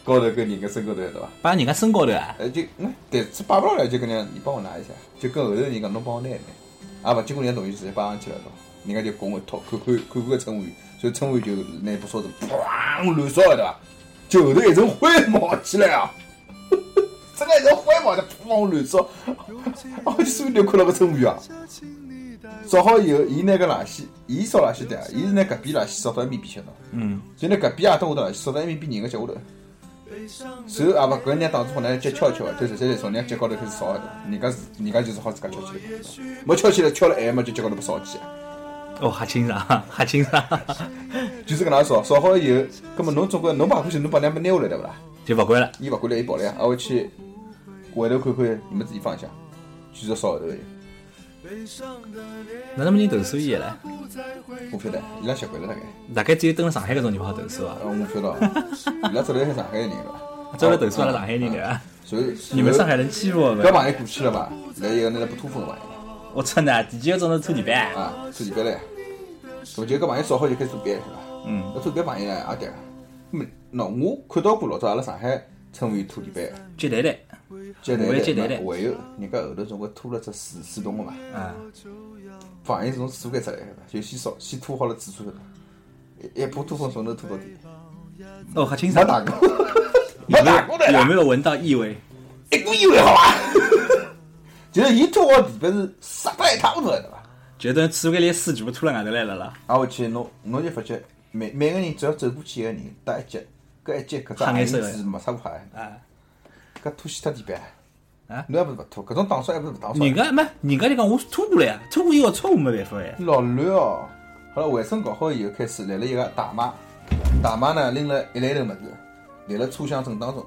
S3: 高头跟人家身高头，晓得伐？
S2: 摆人家身高头啊，
S3: 呃，就嗯，但是摆不牢了，就跟人家你帮我拿一下，就跟后头人讲侬帮我拿一拿，啊勿经过人家同意直接摆上去了，人家就拱个托，看看看看个乘务员，所以乘务员就拿一部车子砰燃烧了，对伐？就后头一阵灰冒起来啊，真个一阵灰冒就砰燃烧，我就瞬间看到个乘务员啊，烧好以后，伊拿个垃圾，伊烧垃圾袋啊，伊是拿隔壁垃圾烧到埃面边去了，嗯，就拿隔壁阿搭下头垃圾烧到埃面边人个脚下头。随后也啊勿搿人家打住好呢，脚敲一敲，就直接就从人家脚高头开始烧的。人家是人家就是好自家敲起来，没敲起来，敲了还没就脚高头不烧起来，
S2: 哦，吓清爽，吓清爽，
S3: 就是搿能烧。烧好以后，葛末侬总归侬摆过去，侬把人家拿下来对勿啦？
S2: 就勿管了。
S3: 伊勿管了，伊跑了呀，挨回去回头看看，你们自己放一下，继续烧后头的。
S2: 哪能没人投诉伊了？
S3: 我不晓得，伊拉习惯了大概，
S2: 大概只有登了上海搿种地方投诉啊
S3: 啊，，我不晓得，伊拉走来是上海人对伐？
S2: 走了投诉阿拉上海人对伐？
S3: 所以
S2: 你们上海人欺负我们
S3: 搿，朋友过去了嘛？来一个那个不吐风的朋友。
S2: 我操呢！第几个钟头搓地板？
S3: 啊，做地板嘞。我就搿朋友烧好就开始做别是伐？嗯，那做别朋友也对个。没，喏，我看到过老早阿拉上海称为拖地板，
S2: 接待的
S3: 接待
S2: 我也
S3: 的
S2: 接待的
S3: 喏还有人家后头总归拖了只水水桶个嘛，
S2: 啊，
S3: 朋友是从厕所间出来个嘛，就先烧先拖好了厕所个嘛，一一把拖风从头拖到底，
S2: 哦，吓清
S3: 没
S2: 爽。
S3: 打过，没
S2: 有没
S3: 打过的
S2: 有有
S3: 啦，
S2: 没有闻到异味？
S3: 一股以为好伐？ *laughs* 就是伊拖好地板是湿得一塌糊涂的对伐？
S2: 觉得吃个连屎全部吐了外头来了啦，
S3: 挨下啊去，侬侬就发觉每每个人只要走过去一个人，搭一节，搿一节搿只
S2: 黑
S3: 鞋
S2: 颜色的
S3: 子是没擦过鞋，
S2: 啊！
S3: 搿拖洗脱地板。
S2: 啊
S3: 侬还不是勿拖，搿种打扫还不是勿打扫。
S2: 人家没，人家就讲我吐过了呀，吐过以后臭我没办法哎。
S3: 老乱哦！好了，卫生搞好以后，开始来了一个大妈，大妈呢拎了一篮头物事，来了车厢正当中，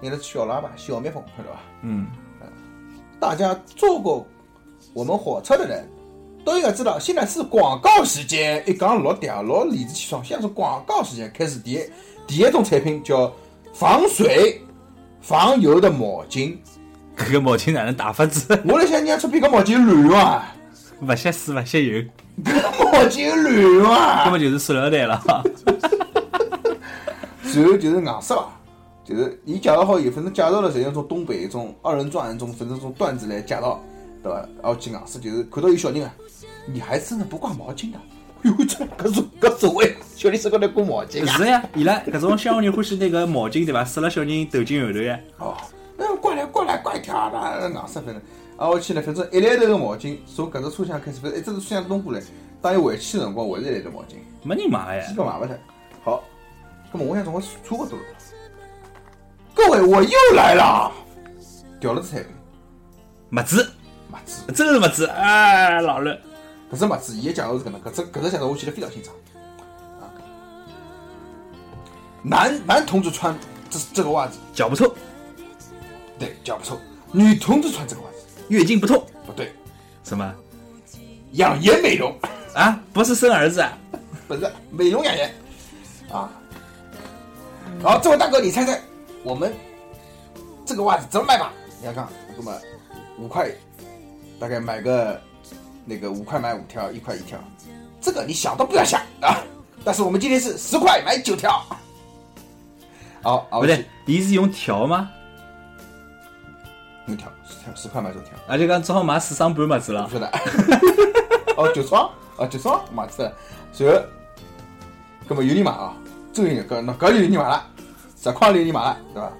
S3: 拿了小喇叭、小蜜蜂，看到伐？
S2: 嗯，
S3: 啊大家坐过我们火车的人都应该知道，现在是广告时间。一讲啊六点，老理直气壮，现在是广告时间，开始第一第一种产品叫防水防油的毛巾。
S2: *laughs* 搿个毛巾哪能打法子？ *laughs*
S3: 我辣想，人家出边个毛巾乱啊，
S2: 勿吸屎勿吸油，
S3: 搿毛巾乱啊
S2: 根。本就是塑料
S3: *laughs*
S2: 袋了。
S3: 然后就是硬塞伐，就是伊介绍好以后，反正介绍了侪用种东北一种二人转一种，反正种段子来介绍，对伐？而且硬塞就是看到有小人啊，你还真的不挂毛巾的？哟，这搿是搿所谓小人身高头挂毛巾啊？
S2: 是呀，伊拉搿种小人欢喜拿搿毛巾对伐？塞辣小人头巾后头呀。
S3: 哦，那挂来挂来挂一条啦，硬塞反正。啊，我去了，反正一来头个毛巾，从搿只车厢开始，反正一哎直是车厢弄过来，当伊回去的辰光，还是一来头毛巾。
S2: 没人买
S3: 基
S2: 哎，
S3: 本买勿脱。好，那么我想总归差勿多了。各位，我又来了，调了只产品，
S2: 袜子，
S3: 袜子。
S2: 真是袜子啊，
S3: 哎
S2: 老了。
S3: 搿只袜子，伊个介绍是搿能，搿只搿只介绍我记得非常清爽。啊，男男同志穿这这个袜子，
S2: 脚不臭，
S3: 对，脚不臭；女同志穿这个袜子，
S2: 月经不痛，
S3: 不对，
S2: 什么
S3: 养颜美容，
S2: 啊？不是生儿子啊？
S3: 不是美容养颜。啊，好，这位大哥，你猜猜我们这个袜子怎么卖吧？你要看，那么五块，大概买个那个五块买五条，一块一条，这个你想都不要想啊！但是我们今天是十块买九条。好，好
S2: 不对，伊是用条吗？
S3: 九条，十条，十块买九条，
S2: 而且讲只好买四双半袜子了
S3: 不。是的。 *laughs* 哦，九双，哦，九双，买次。随后，那么有人买啊，这个有搿那搿有人买了，十块有人买了，对伐？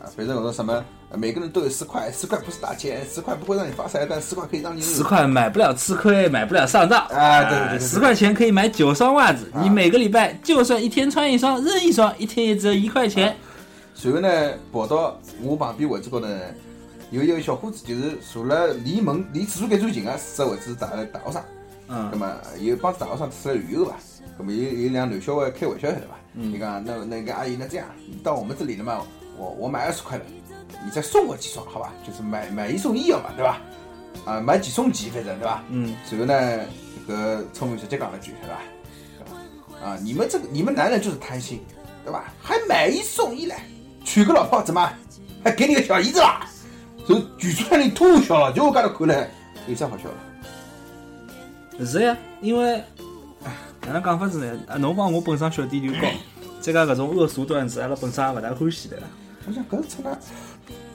S3: 啊，反正我说什么，呃每个人都有十块，十块不是大钱，十块不会让你发财，但十块可以让你
S2: 十块买不了吃亏，买不了上当。
S3: 啊对对对对啊对
S2: 十块钱可以买九双袜子，你每个礼拜就算一天穿一双，扔一双，一天也只有一块钱。
S3: 随后呢，跑到我旁边位置高头呢，有一个小伙子，就是坐了离门离厕所间最近个只位置，大概大学生。
S2: 嗯
S3: 那么有帮大学生出来旅游个伐？
S2: 嗯
S3: 那么有有两男小孩开玩笑晓得伐？伊讲那那个阿姨那这样，你到我们这里了嘛，我我买二十块的，你再送我几双，好吧？就是买买一送一要嘛，对吧？啊，买几送几，反正对吧？
S2: 嗯。
S3: 随后呢，这个聪明小姐讲了一句，对吧？对吧啊，你们这个你们男人就是贪心，对吧？还买一送一嘞，娶个老婆怎么还给你个小姨子啦？就举出来你吐笑了，就我刚才看了，有啥好笑的？啊
S2: 是呀，因为哪能讲法子呢？啊，侬帮我本身小弟就高，再加搿种恶俗段子，阿拉本身也勿大欢喜的啦。
S3: 我想搿出来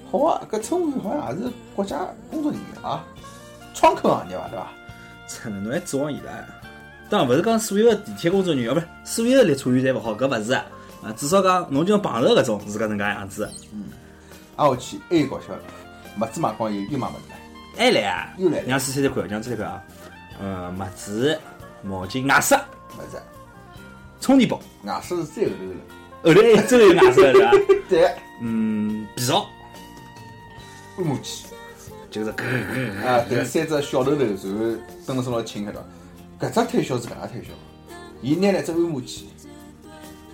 S3: 好啊，搿称呼好像也是国家工作人员啊，窗口啊行业吧，对伐？
S2: 操，侬还指望伊拉呀？当然，勿是讲所有的地铁工作人员，哦，勿是所有的列车员侪勿好，搿勿是啊。啊，至少讲侬就碰着搿种是搿能介样子的，
S3: 挨下啊去还有搞笑的，麦子卖光又又卖物事了，
S2: 还来啊？
S3: 又来了
S2: 娘子三十块，娘子三十块啊。呃，袜子、毛巾、牙刷、
S3: 物事，
S2: 充电宝，
S3: 外饰是最后头的了。
S2: 后头还有真有牙刷是伐？
S3: 对，
S2: *laughs* 嗯，皮草
S3: 乌木器
S2: 就是咯咯咯
S3: 啊，对，三只小头头，然后蹲身上亲一道，搿只推销是搿能介推销，伊拿了只乌木器，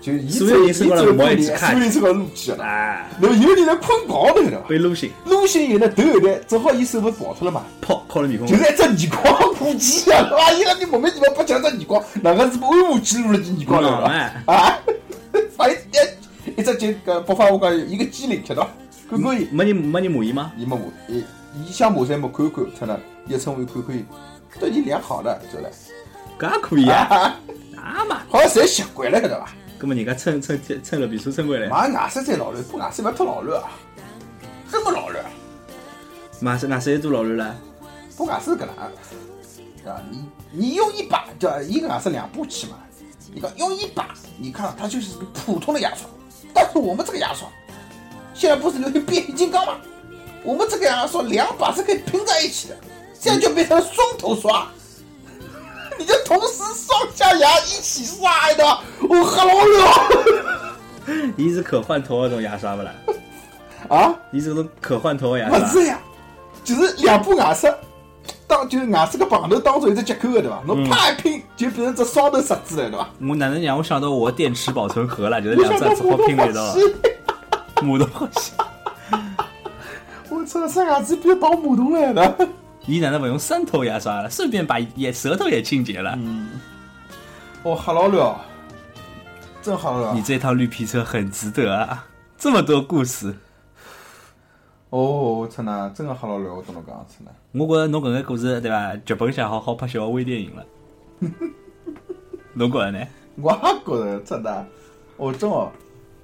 S3: 就伊
S2: 所有人身高头
S3: 走
S2: 毛
S3: 路
S2: 一记
S3: 所
S2: 开
S3: 有人身高头撸起了，
S2: 啊，
S3: 然后有人来喷跑头了，
S2: 被撸醒，
S3: 撸线以后呢，头后头正好伊手勿是跑脱了嘛。
S2: 泡靠了面孔
S3: 就。是一只耳光过去啊！哇，伊拉你莫名其妙不讲只耳光，哪个是安慕记录了只耳光了
S2: 哎
S3: 吧？啊， *laughs* 反正一一只就搿北方话讲一个机灵，晓得伐？看看伊，
S2: 没人没人骂伊吗？
S3: 伊没骂，伊伊想骂侪没看看，出来一称呼看看伊，对伊良好的，走了，
S2: 搿也可以啊，
S3: 啊，
S2: *laughs* 啊嘛，
S3: *laughs* 好像侪习惯了，晓得伐？
S2: 搿么人家蹭蹭蹭了皮车蹭过来，
S3: 买外色再老乱，不外色勿要太老乱啊，真没老乱，啊
S2: 马上哪谁做老卵了？
S3: 不外色搿能啊，啊，你你用一把，叫一个牙是两步棋嘛，你看用一把，你看它就是个普通的牙刷，但是我们这个牙刷，现在不是流行变形金刚吗？我们这个牙刷两把是可以拼在一起的，这样就变成了双头刷， *laughs* 你就同时上下牙一起刷的，我喝老了
S2: *laughs* 伊是可换头的那种牙刷勿啦？
S3: 啊！
S2: 伊是搿种可换头的牙
S3: 不
S2: 刷，
S3: 是呀，就是两把牙刷，当就是牙刷个棒头当做一只接口的对伐？
S2: 嗯
S3: 侬啪一拼就变成只双头十字了对伐？
S2: 我哪能让我想到我电池保存盒了？就是
S3: 我
S2: 两
S3: 想
S2: 只
S3: 到
S2: 只好
S3: 普
S2: 拼
S3: 通
S2: 了
S3: 话
S2: 一道，
S3: 器，
S2: 马桶好洗。
S3: 我操，三牙齿变当马桶来了。
S2: 伊哪能勿用三头牙刷了？顺便把也舌头也清洁了。
S3: 我吓老了，真吓老
S2: 你
S3: 了。
S2: 这趟绿皮车很值得啊！这么多故事，
S3: 哦，我操呢，真的吓老了，我跟侬讲真的。
S2: 我觉着侬搿个故事对伐？剧本写好好拍小个微电影了。侬觉着呢？
S3: *laughs* 我也觉着真的，我真哦，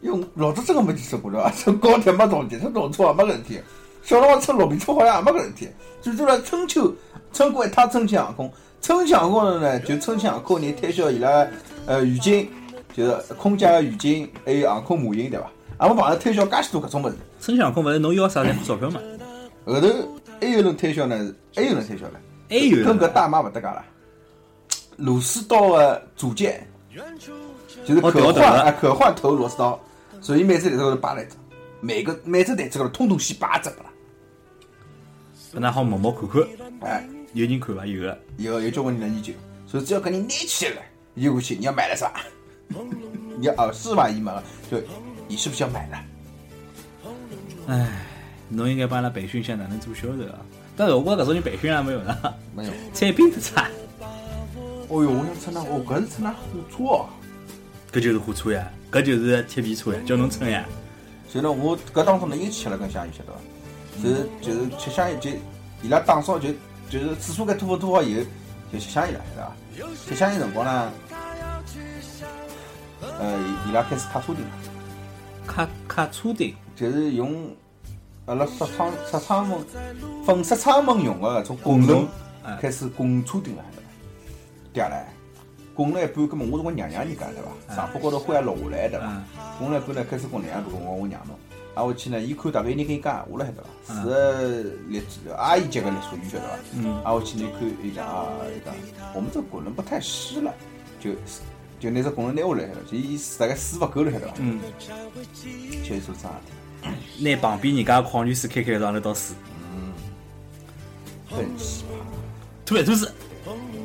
S3: 因为老早真的没接触过的，乘高铁没动静，乘动车也没搿事体，小辰光乘绿皮车好像也没搿事体，最多了春秋乘过一趟春秋航空，春秋航空呢就春秋航空人推销伊拉呃浴巾，就是空姐的浴巾，还有航空母婴对伐？俺们碰着推销介许多搿种物事，
S2: 春晓空勿是侬要啥侪付钞票嘛？
S3: 后头还有人推销呢，还有人推销了，
S2: 还有
S3: 跟搿
S2: 呢
S3: 大妈勿搭界了，螺丝刀的组件。就是
S2: 哦
S3: 可
S2: 调整
S3: 换
S2: 了
S3: 啊，可换头螺丝刀，所以每只台子高头摆了一只，每个每只台子高头通通先摆一只拨
S2: 搿那好默默看看，
S3: 拉，哎，
S2: 有人看伐？有个。
S3: 有有交关人来研究，所以只要搿人拿起来了，伊就过去，你要买了啥？ *laughs* 你要哦是吧？伊问了，就你是不是要买了？
S2: 唉，侬应该帮阿拉培训一下哪能做销售啊！但是我觉着搿种人培训也没用啊，
S3: 没有。
S2: 产品不差，
S3: 哦哟，我想乘那，哦搿是乘那火车哦。
S2: 搿就是货车呀，搿就是铁皮车呀，叫侬乘呀。
S3: 所以呢，我搿当中呢又吃了根香烟，晓得伐？就是就是吃香烟，就伊拉打扫就就是厕所间拖拖好以后就吃香烟了，晓得伐？吃香烟辰光呢，呃，伊拉开始卡车顶了，
S2: 卡卡车顶，
S3: 就是用阿拉刹窗刹窗门粉刹窗门用个搿种滚轮
S2: 哎
S3: 开始滚车顶了，晓得伐？嗲唻，滚了一半，搿么我是我娘娘人家对伐？上铺高头灰也落下来对伐？
S2: 嗯，
S3: 我来本来开始跟两个跟我我娘侬，挨下去呢，伊看大概一年跟伊讲闲话了，晓得伐？是个立阿姨级个立属于晓得伐？
S2: 嗯，
S3: 挨下去呢，看伊讲啊，伊讲我们这个滚轮不太湿了，就就拿只滚轮拿下来晓得伐？就伊大概水勿够了晓得伐？
S2: 嗯，
S3: 就是做啥事
S2: 拿旁边人家的矿泉水开开上头倒水，
S3: 体，很奇葩。
S2: 突然出事，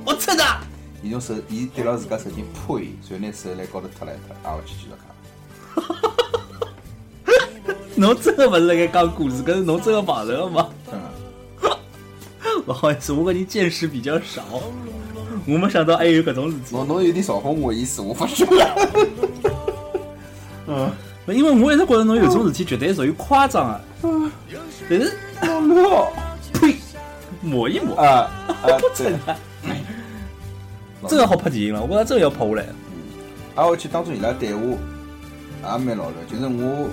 S2: 我操他！
S3: 伊用手，伊对牢自家手机扑伊，然后拿手来高头踢来踢，挨下去继续讲。
S2: 侬真的勿是辣盖讲故事，搿是侬真的碰着了吗？ *laughs*
S3: 嗯，
S2: 勿好意思，我搿人见识比较少，我没想到还有搿种事体。
S3: 侬侬有点嘲讽我的意思，我发现了。嗯，
S2: 勿因为我一直觉着侬有种事体绝对属于夸张啊，但是
S3: 好了
S2: 呸，抹一抹，
S3: 啊啊，对，
S2: 这个好拍电影了，我觉着这个要拍下来。
S3: 挨下去当中伊拉对我也蛮老了，就是我，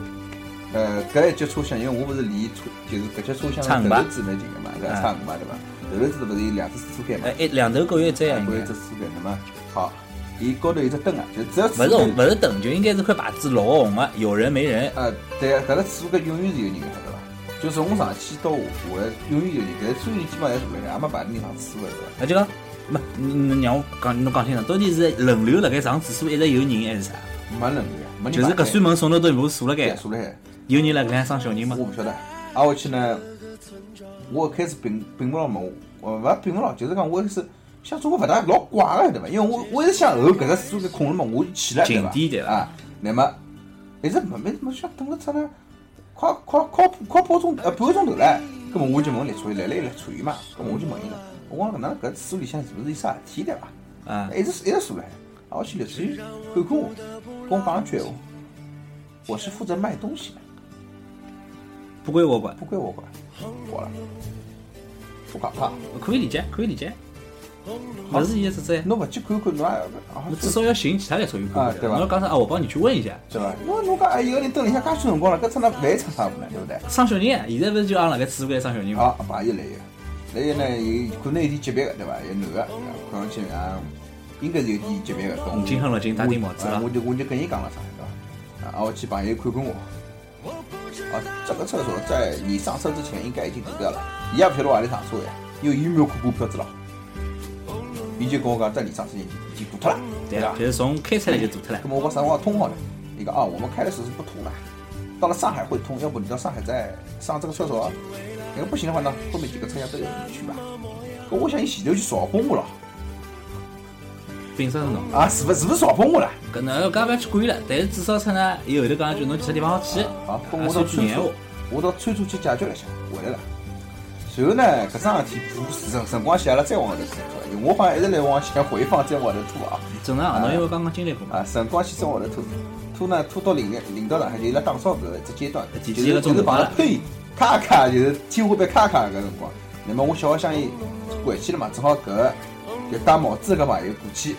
S3: 呃，搿一节车厢，因为我勿是离车，就是搿节车
S2: 差
S3: 厢
S2: 五
S3: 离
S2: 吧
S3: 头头子蛮近个嘛，对伐？差五嘛，对伐？头头子勿是有两只水车间嘛
S2: 哎，，一两头各月一只呀，应
S3: 搿有一
S2: 该
S3: 只水车间，那么好，伊高头有只灯啊，就只要
S2: 勿
S3: 水
S2: 是
S3: 间
S2: 红，勿是等，就应该是块牌子，绿个红个，有人没人。
S3: 啊，对啊，搿个次数搿永远是有人个，对伐？就从我上去到下来，永远有人。搿个车员基本上侪是来，也没排人上次个，对伐？
S2: 那就讲，没你你让我讲，侬讲清楚，到底是轮流辣盖上厕所一直有人还是啥？
S3: 没人个，没人。
S2: 就是搿扇门从头到尾锁辣
S3: 对，
S2: 盖，
S3: 坐辣海，
S2: 有人辣盖生小人吗
S3: 我？勿晓得。挨下去呢，我一开始并并勿牢嘛，我勿并勿牢，呃就是讲我一开始想做个勿大老怪个，对伐？因为我我一直想后搿只厕所搿空了嘛，我就去了，对伐？
S2: 紧点对伐
S3: 啊，那么一直没没没想等了出呢，快快快快半钟呃半个钟头了，葛么我就问列车员，来了一列车员嘛，葛么我就问伊了，我讲搿能搿厕所里向是勿是有啥事体对伐？
S2: 啊，
S3: 一直一直数来，啊然后去刘志看看我，跟我讲了句闲话，我是负责卖东西的，
S2: 不归我管，
S3: 不归我管，我了，我讲啊，
S2: 可以理解，可以理解。勿是伊只只，
S3: 侬勿去看看，侬也啊
S2: 我至少要寻其他个作用
S3: 啊
S2: 看看。
S3: 对吧
S2: 侬要讲啥啊？我帮你去问一下。
S3: 对伐？因为侬讲哎，一个人蹲里向介许辰光了，搿出那饭也出啥物事呢？对勿对？
S2: 生小人啊，现在勿是就阿拉辣盖厕所盖生小人吗？
S3: 啊，朋友来一个，来一个呢，有可能有点级别个，对伐？有男个，看上去啊，应该是有点级别个。
S2: 五金很了金戴顶帽子了
S3: 我就我就跟伊讲了啥，对伐？啊，我去朋友看看我。啊，这个厕所在你上车之前应该已经停掉了，伊也不晓得我何里上车呀，因为伊没有看过票子了。伊就跟我讲，在你上车已经已经堵脱了，
S2: 对
S3: 伐
S2: 啊，？就是从开出来就做脱了
S3: 那。么我把啥话通好了？一个啊，我们开的时候是不通的，到了上海会通，要不你到上海再上这个厕所啊。要不行的话呢，后面几个车厢都有你去吧。可我想伊前头就嘲讽我了，
S2: 凭啥是侬？
S3: 啊，是不是不是嘲讽我了？
S2: 搿能要讲勿要去管伊了，但是至少出呢，伊后头讲一句侬其他地方好去，
S3: 啊，跟
S2: 啊
S3: 我到
S2: 说句
S3: 厕
S2: 闲话
S3: 所。，我到厕所去解决了一下，回来了。随后呢，搿桩事体辰辰光线阿拉再往后头看出来，因为我好像一直来往前回放，再往后头拖啊。
S2: 正常，侬因为刚刚经历过嘛。
S3: 啊，辰光先生往头拖，拖呢拖到领领到上海，就是伊拉打扫搿一只阶段，
S2: 几
S3: 就
S2: 几个
S3: 是
S2: 钟
S3: 就
S2: 头
S3: 是
S2: 罢
S3: 碰
S2: 了
S3: 了呸，咔咔就是天花板咔咔搿辰光。那么我小学生伊回去了嘛，正好搿个就戴帽子搿朋友过去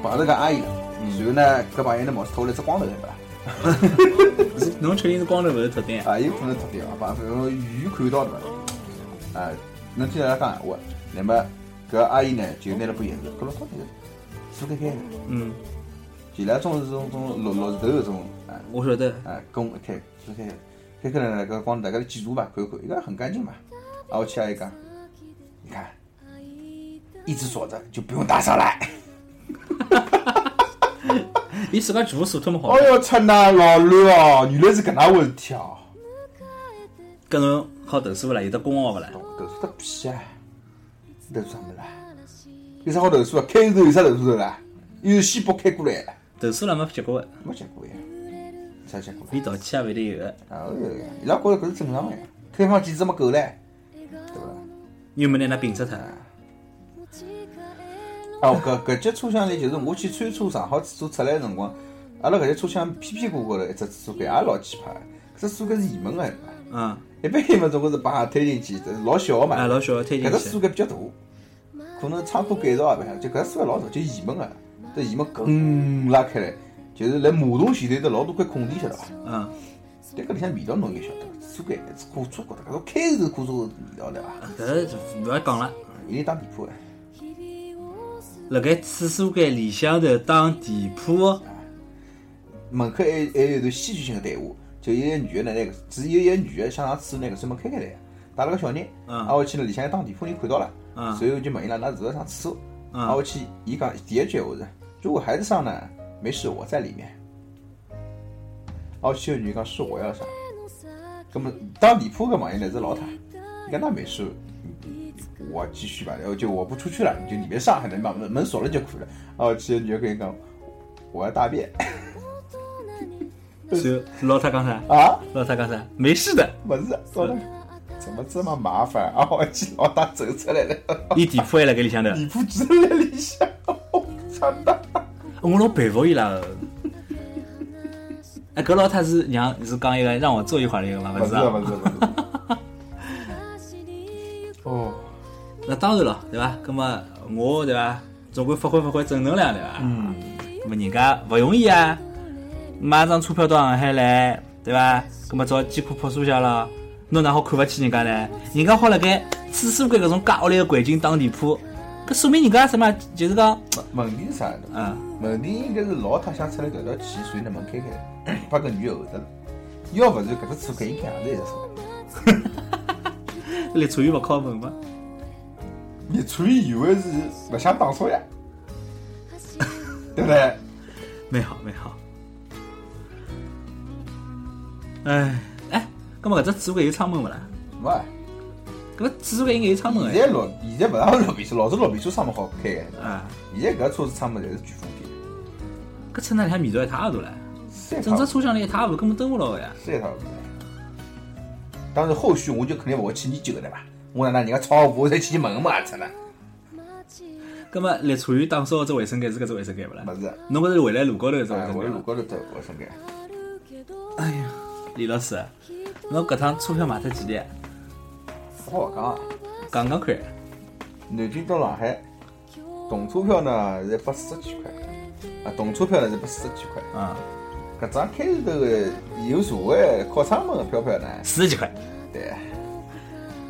S3: 碰着搿阿姨了，然后呢搿朋友拿帽子脱了一只光头对伐？
S2: 是侬确定是光头勿是特定啊？
S3: 啊，有可能脱掉，把反正鱼看到了嘛。啊，能听到他讲闲话，那么搿阿姨呢就拿了把钥匙，搿老早就是锁开开的，
S2: 嗯，
S3: 伊拉总是种种落落头搿种啊
S2: 我晓得。
S3: 啊，跟我一开锁开开，开开了呢搿光大家来检查吧，看看，伊拉很干净嘛。啊，我去阿姨讲，你看，一直锁着就不用打扫了。
S2: 伊自家全部锁脱么好了
S3: 哎，哟，天哪，老乱哦，原来是搿能回事体哦。
S2: 搿侬好投诉勿啦？有得功劳勿啦？
S3: 投诉得屁啊！投诉啥么啦？有啥好投诉啊？开头有啥投诉的啦？有线报开过来了，
S2: 投诉了没结果个，
S3: 没结果呀？啥结果？
S2: 连道歉也勿一定有个，
S3: 啊，哎呦呀伊拉觉着搿是正常的呀，开放几只没够嘞，对伐？
S2: 又没拿㑚摒出脱。
S3: 啊，搿搿节车厢里就是我去穿梭上好厕所出来的辰光，阿拉搿节车厢偏偏过高头一只厕所间也老奇葩的，搿只厕所间是移门个，
S2: 嗯，
S3: 一般移门总归是把推进去，老小个嘛，
S2: 啊，老小个推进
S3: 搿只
S2: 去
S3: 树，格比较大，可能仓库改造也勿晓得，就搿只树格老大，就移门个，这移门
S2: 嗯
S3: 梗拉开来，就是辣马桶前头的老大块空地，晓得伐？
S2: 嗯，但
S3: 但搿里向味道侬应该晓得，树格火车觉得搿种开头火车的味道对伐？
S2: 是勿要讲了。
S3: 有点打地铺个，
S2: 辣盖厕所间里向头当地铺，
S3: 门口还还有一段戏剧性的对话，就有一个女个呢，那个只有一个女个想上厕所，那个专门开开来的，带了个小人，
S2: 嗯
S3: 挨下去呢，里向一当地铺人看到了，
S2: 嗯
S3: 随后就问伊拉，㑚是勿是上厕所？
S2: 嗯
S3: 挨下哦啊去，伊讲第一句闲话是，如果孩子上呢，没事，我在里面。挨下去有女的讲是我要上，那么当地铺个朋友呢是老太，伊讲那没事。我继续吧，然后就我不出去了，你就里面上，还能把门门啊锁了就可以了。然后其实女的跟伊讲，我要大便，
S2: 最后老太讲啥？
S3: 啊，
S2: 老太讲啥？没事的，
S3: 不是，说了，怎么这么麻烦啊？ *laughs* 我去，老大走出来了，
S2: 伊店铺还辣盖里向头。
S3: 你 *laughs* 不知道在里向，我操的，
S2: 我老佩服伊拉 *laughs* 个。哎，搿老太是让是讲一个让我坐一会儿的一个嘛，
S3: 不
S2: 勿
S3: 是
S2: 是
S3: 啊
S2: 啊？
S3: 不是不是，哦，
S2: 那当然了，对伐？葛么我对伐？总归发挥发挥正能量，对伐？嗯。么人家勿容易啊，买张车票到上海来，对伐？葛么找机库破输下了，侬哪好看勿起人家呢？人家好辣盖厕所间搿种介恶劣个环境打地铺，搿说明人家什么？啊就是讲， *coughs*
S3: 问题是啥呢？
S2: 嗯，
S3: 问题应该是老太想出来搿道去，所以呢门开开，把搿女的 *coughs* 后头了。要勿然搿只车开应该也是一只车。
S2: 立厨又勿靠门嘛。
S3: 你处于以为是勿想打车呀，啊对不对？
S2: 美好美好。哎哎，葛么搿只厕所间有窗门勿啦？
S3: 没啊，
S2: 搿厕所间应该有窗门
S3: 现
S2: 哎。
S3: 在老现在勿让老皮车，老早老皮车窗门好开个，
S2: 啊，
S3: 现在搿车子窗门侪是全封闭的，
S2: 搿车那里向味道一塌糊涂唻，
S3: 三
S2: 整
S3: 趟
S2: 只车厢里一塌糊涂，根本蹲勿牢个呀。
S3: 三趟不来。当然后续我就肯定勿会去研究个对伐？我哪能人家炒我才去问问啊？真的，
S2: 葛么立厨余打扫只卫生间是搿只卫生间勿啦？
S3: 勿是，
S2: 侬搿是回来路高头一只卫
S3: 哎
S2: 生
S3: 我在
S2: 间
S3: 路
S2: 伐。
S3: 高头走，我身边
S2: 哎呀，李老师，侬搿趟车票买脱几钿？
S3: 不好讲啊。
S2: 讲讲看。
S3: 南京到上海，动车票呢才八四十几块，啊，动车票呢才八四十几块。
S2: 啊，
S3: 搿张开头头个有座位靠窗门个票票呢，
S2: 四十几块。
S3: 对，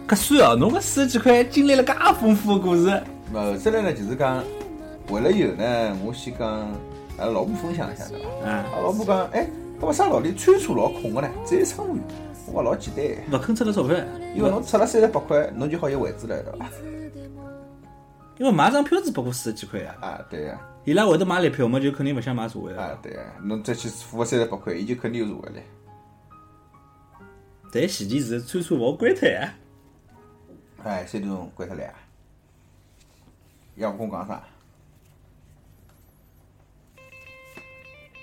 S2: 搿算哦，侬搿四十几块经历了介丰富个故事。
S3: 那后头来呢就是讲，回来以后呢，我先讲，俺老婆分享一下对伐？
S2: 嗯
S3: 俺老婆讲，哎，搿为啥老李餐车老空个呢？只有窗户远。我讲老简单，
S2: 勿肯出个钞票，
S3: 因为侬出了三十八块，侬就好有位置了，对伐？
S2: 因为买张票子不过四十几块呀。
S3: 啊，对呀、
S2: 伊拉会得买立票，么就肯定勿想买座位
S3: 啊，
S2: 了。
S3: 对呀、侬再去付个三十八块，伊就肯定有座位了。
S2: 但前提是餐车勿好关脱呀。
S3: 哎，三点钟关脱来啊！要不跟我讲啥？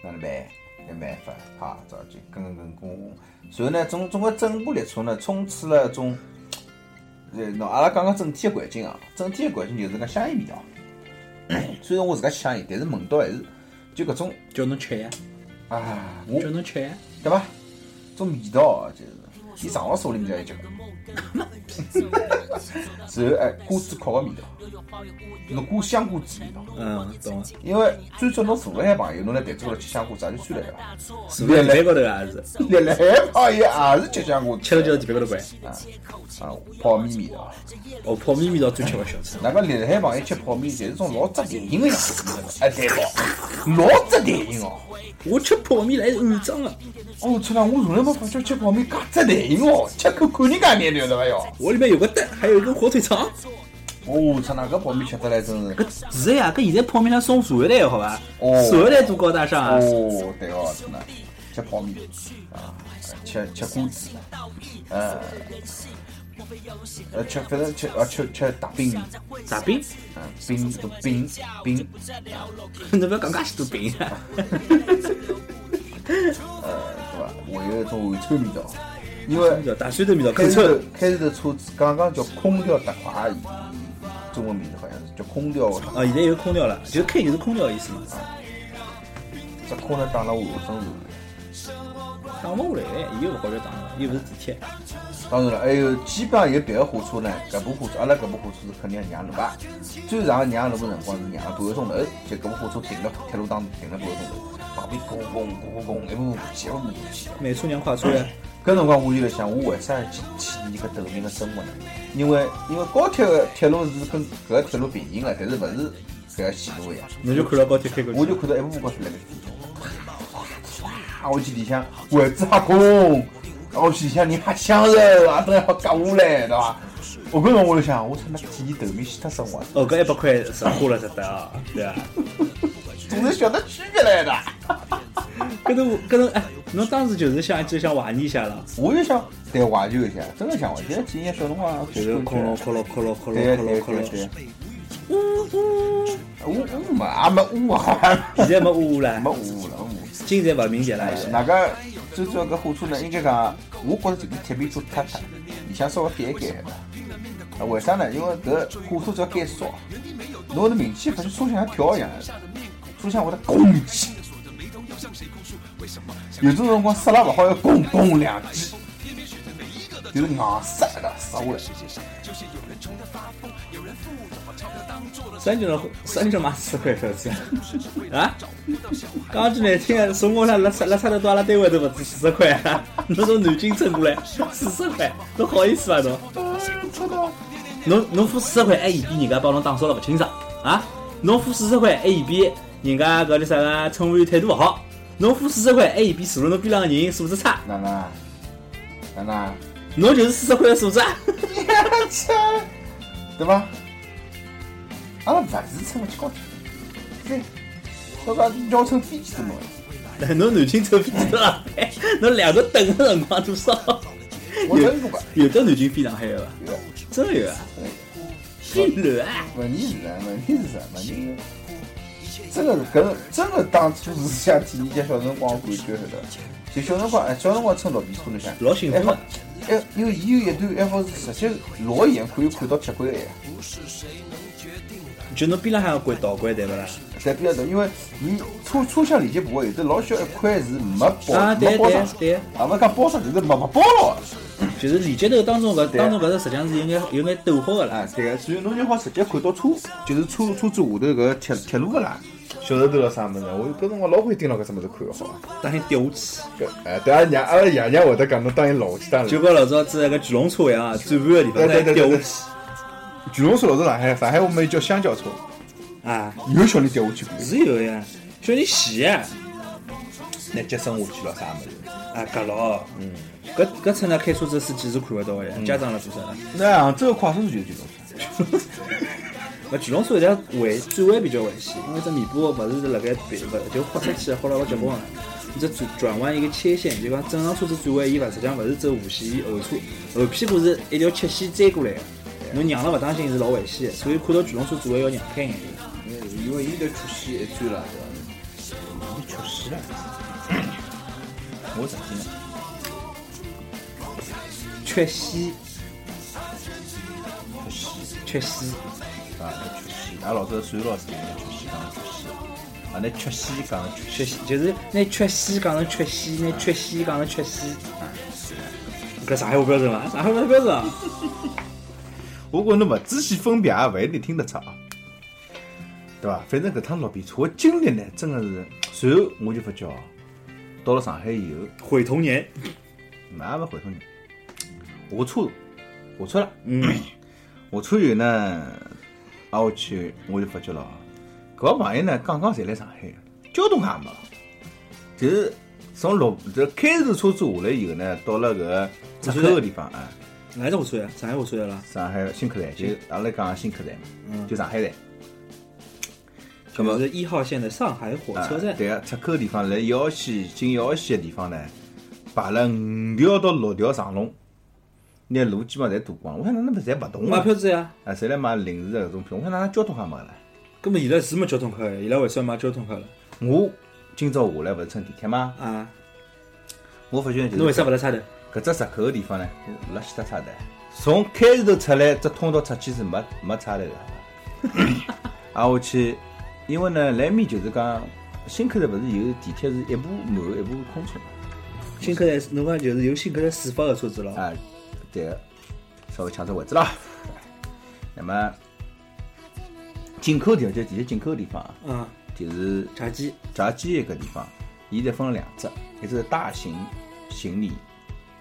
S3: 哪能办？没办法，好，早就跟跟跟跟。随后呢，总总个整部列车呢，充斥了一种，呃，喏，阿拉讲讲整体的环境啊，整体的环境就是讲香烟味道。 *coughs* 虽然我自家吃香烟，但是闻到还是就搿种
S2: 叫侬吃呀，
S3: 啊，我
S2: 叫侬吃呀。
S3: 对伐？种味道啊就是，伊上了手里面就一脚，然后哎，瓜子壳个味道，侬瓜香瓜子味道。
S2: 嗯，懂了。
S3: 因为最早侬坐了海朋友，侬来台子高头吃香瓜子也就算了对伐？
S2: 坐在地板高头也是，
S3: 立了海朋友也是吃香瓜子，
S2: 吃了就到地板高头掼。
S3: 아,啊泡面味道。
S2: 哦，泡面味道最吃勿消。
S3: 那个立了海朋友吃泡面，侪是种老扎电影个样子，哎对不？老扎电影哦！
S2: 我吃泡面还是啊肮脏个，
S3: 哦，天哪，我从来没发觉吃泡面介扎电影哦，吃看看人家眼对伐哟？
S2: 我里面有个蛋，还有一根火腿肠。
S3: 哦，天哪，搿泡面吃得来真是。
S2: 搿是呀，搿现在泡面上送茶叶蛋好伐？
S3: 哦
S2: 茶叶蛋多高大上啊！
S3: 哦，对哦，真的，吃泡面啊，吃吃瓜子，呃，呃，吃反正吃啊吃吃大饼，
S2: 啥饼？
S3: 嗯，饼饼饼，
S2: *laughs* 侬勿要讲介许多饼啊。
S3: 呃，对吧？还有一种汗臭味道，因为
S2: 味哎道，大蒜头味道，
S3: 开
S2: 口
S3: 头
S2: *laughs* 臭。
S3: 开头的车子刚刚叫空调特快，中文名字好像是叫空调，
S2: 哦，现在有空调了，就 K 就是空调的意思嘛。
S3: 这空调打了我真是。
S2: 打勿下来，伊又勿好叫打了，又勿是地铁。
S3: 当然了，哎还有基本上有别个火车呢，搿部火车，阿拉搿部火车是肯定要让路啊。最长让路的辰光是让了半个钟头，哎就搿部火车停了铁路当停了半个钟头，旁边咣咣咣咣哎咣，一步步去，一步步去。
S2: 慢车让快车呀。
S3: 搿辰光我就在想，我为啥要去体验搿抖音的生活呢？因为因为高铁的铁路是跟搿个铁路平行的，但是勿是搿个线路一样。
S2: *laughs* 侬就看到高铁开过去。
S3: 我就看到一步步高头来个，啊，我去里向位置哈空，啊，我去里向人哈香人，啊，都好夹下来，对伐？我搿辰我就想，我操，那体验头面死脱生活，
S2: 哦，搿一百块是花了值得啊，对伐？
S3: 总是晓得区别来的。
S2: 搿都搿都哎，侬当时就是想就想怀念一下了，
S3: 我就想再怀旧一下，真的想怀旧，体验小辰光
S2: 就
S3: 去
S2: 是
S3: 看
S2: 空
S3: 看
S2: 了。空了空了空
S3: 对对
S2: 了空
S3: 对
S2: 了空了
S3: 对，对，
S2: 嗯
S3: 呜呜嘛，也没呜啊，啊
S2: 现在没呜呜了
S3: 没，呜了，呜。
S2: 经济勿明显了，还是
S3: 那个最主要搿火车呢，应该讲，我觉着就是铁皮做塌塌，里向稍微改一改的。啊为啥呢？因为搿火车只要改少，侬会得明显发现车厢像跳一样的，车厢会得拱起。有种辰光刹了勿好要拱拱两记，就是硬刹一个刹下来。
S2: 三九的三九嘛四块手机啊！刚刚进来听，从我那拉差拉差头到阿拉单位都不止四十块，侬从南京乘过来四十块，侬好意思伐侬？侬侬付四十块还嫌比人家帮侬打扫了勿清爽啊？侬付四十块还嫌比人家搿叫啥个乘务员态度勿好？侬付四十块还嫌比坐了侬边浪个人素质差？
S3: 哪能？啊哪能？啊
S2: 侬就是四十块的素质 *laughs* 啊！
S3: 切，对伐？阿拉勿是乘勿起高铁，对，到个要乘飞机怎么回事？
S2: 哎侬南京乘飞机到上海，哎侬两个等的辰光多少？
S3: 我乘过个，
S2: 有到南京飞上海的伐？
S3: 对伐？
S2: 真的有啊！真乱啊！
S3: 问题是啥？问题是啥？问题是。真的是搿真的当初是想体验一下小辰光的感觉，晓得伐？就小辰光，哎，小辰光乘绿皮车里向，
S2: 老兴奋
S3: 哎
S2: 啊！
S3: 哎，因为伊有一段，还好是直接老远可以看到铁轨个呀。
S2: 就侬边浪向关倒关对勿啦？
S3: 在边头，因为伊车车厢里间部位有的老小一块是没包
S2: 啊，
S3: 没
S2: 对
S3: 包
S2: 对
S3: 上，
S2: 对，
S3: 啊勿讲包上就是没没包牢的。
S2: 就是连接头当中搿
S3: 对
S2: 当中搿是实际上是有眼有眼抖好个啦。
S3: 啊，对个，所以侬就好直接看到车，就是车车子下头搿铁铁路个啦，小石头了啥物事，我搿辰光老会盯牢搿只物事看个好。
S2: 当天掉下
S3: 搿哎，对阿娘阿拉爷娘会得讲侬当然老去当
S2: 去，就跟老早子那个巨龙车一样啊，转弯个地
S3: 对
S2: 方
S3: 对
S2: 再
S3: 对
S2: 掉
S3: 对对
S2: 下
S3: 巨龙说老早上海，上海我们叫香蕉车，
S2: 去啊，
S3: 有小人掉下去过，
S2: 是有呀，小人洗啊，
S3: 那接生下去了啥物事？
S2: 啊搿咯，嗯，搿搿出呢开车子司机是看勿到个呀，
S3: 嗯
S2: 家长辣做啥呢？
S3: 那杭州个快速车就是巨龙车，
S2: 那巨龙车现在弯转弯比较危险，因为这尾巴勿是辣盖别勿就豁出去豁了老结棍个。你这转转弯一个切线，就讲正常车子转弯，伊勿实际上勿是走弧线，伊后车后屁股是一条切线追过来个。侬让了勿当心是老危险个，所以看到巨龙车转弯要让开眼。
S3: 因为伊在出西一转了，对伐？出西了，我啥体呢？
S2: 缺线，缺线，
S3: 啊，那缺席，俺老早数学老师讲缺席，讲缺席，啊，那缺席讲缺
S2: 缺线，就是拿缺线讲成缺线，拿缺线讲成缺线。搿上海话标准伐？上海话标准啊。
S3: 我觉侬勿仔细分辨也勿一定听得出啊，对伐？反正搿趟绿皮车的经历呢，真的是，随后我就发觉哦，到了上海以后，
S2: 毁童年。
S3: 那也勿回头你，下车下车了，嗯， *coughs* 下车以后呢，挨下去我就发觉了，搿帮朋友呢，刚刚侪来上海，交通也没了，就是从绿这开市车子下来以后呢，到了搿折扣个地方啊。
S2: 哪只火车呀？上海火车呀啦？
S3: 上海新客站，就阿拉讲新客站
S2: 嗯
S3: 嘛，就上海站。
S2: 就
S3: 么
S2: 是一号线的上海火车站
S3: 啊。对个，出口地方，辣姚溪进姚溪个地方呢，排了五条到六条长龙，拿路基本上侪堵光了。我想哪能侪勿动
S2: 买
S3: 啊？
S2: 票子呀？
S3: 啊，侪来买临时个搿种票。我想哪能交通也没个了？
S2: 根本现在是没交通卡呀，伊拉为啥买交通卡了？
S3: 我今朝下来勿是乘地铁吗？
S2: 啊，
S3: 我发觉就是
S2: 侬为啥勿来差头？
S3: 搿只闸口个地方呢，辣西搭差头，从开市头出来，只通道出去是没没差头个。啊，我去，因为呢，来面就是讲新口头勿是有地铁是一部满一部空车嘛？
S2: 新客站，侬讲就是有新客站始发的车子了。
S3: 啊，对个，稍微抢只位置啦。那么进口地方就地铁进口地方啊，
S2: 啊，
S3: 就是
S2: 闸机
S3: 闸机搿地方，伊侪分了两只，一只是大型行李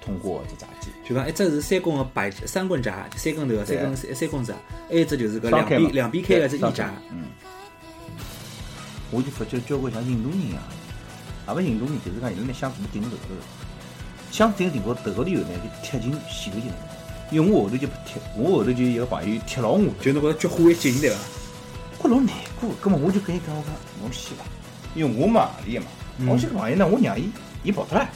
S3: 通过只闸机。
S2: 就讲一只是三公的摆三棍闸，三根头啊的三根三三棍闸，还有一只就是搿
S3: 双
S2: 两
S3: 开
S2: 边
S3: 嘛
S2: 两边开的只
S3: 对
S2: 一
S3: 双开
S2: 闸。
S3: 嗯，我就发觉交关像印度人一样，也勿印度人，就是讲伊拉拿箱子顶头高头，箱子顶顶高头高头以后呢，就贴进前头去了。因为我后头就不贴，我后头就有一个朋友贴牢我，
S2: 就侬觉着菊花一啊紧对伐？
S3: 我老难过。葛么我就跟伊讲，我讲侬先伐，因为我嘛阿里个嘛，我这个朋友呢，我让伊伊跑脱了，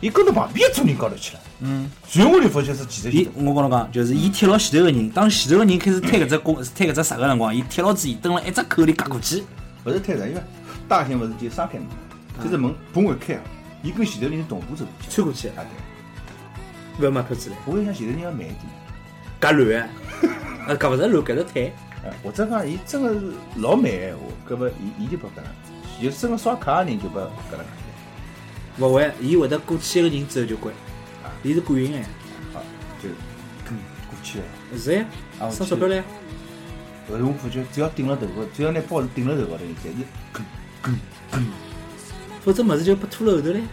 S3: 伊跟到旁边一桌人高头去了。嗯，然后我就发觉是其实
S2: 伊，我跟侬讲，就是伊贴牢前头个人，当前头个人开始推搿只公推搿只闸个辰光，伊贴牢子，伊蹲辣一只口里夹过去。
S3: 嗯勿是太长，因为大型勿是就双开门，就是门嘣一开啊，伊跟前头人是同步走过去
S2: 穿过去
S3: 的。啊对，
S2: 勿要买票子嘞，
S3: 我就想前头人要慢一点，
S2: 搿乱啊， *laughs* 啊搿勿是乱，搿是腿。
S3: 哎，或者讲伊真个是老慢闲话，搿么伊伊就不搿能，就真个刷卡个人就不搿能介。
S2: 勿会，伊会得过去一个人之后就关，伊是管用哎，
S3: 啊，就跟过去了。
S2: 是呀，
S3: 啊我
S2: 省
S3: 记得
S2: 钞票嘞，
S3: 后头我发觉，只要顶了头高，只要拿包子顶了头高头，侪是跟跟跟。
S2: 否则么子就被拖了后头嘞。 *laughs*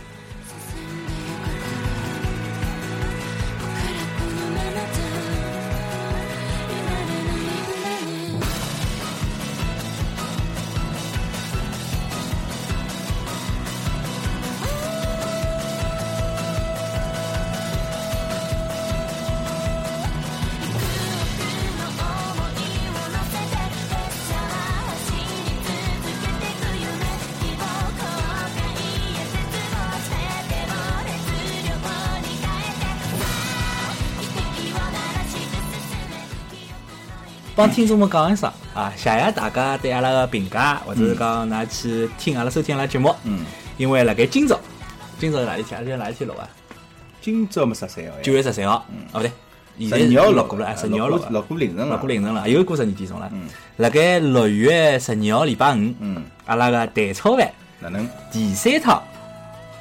S2: 帮听众们讲一声啊，谢谢大家对阿拉个评价，或者是讲㑚去听阿拉收听阿拉节目。
S3: 嗯，
S2: 因为辣盖今朝，今朝是哪一天？阿拉今朝哪一天录啊？
S3: 今朝么十三号呀？
S2: 九月十三号，啊不对，现在
S3: 十二号
S2: 录
S3: 录
S2: 过了，啊十二
S3: 二
S2: 号
S3: 录
S2: 了，
S3: 录过凌晨了，
S2: 录过凌晨了，又过十二点钟了
S3: 嗯。
S2: 辣盖六月十二号礼拜五，
S3: 嗯，
S2: 阿拉个蛋炒饭
S3: 哪能？
S2: 第三趟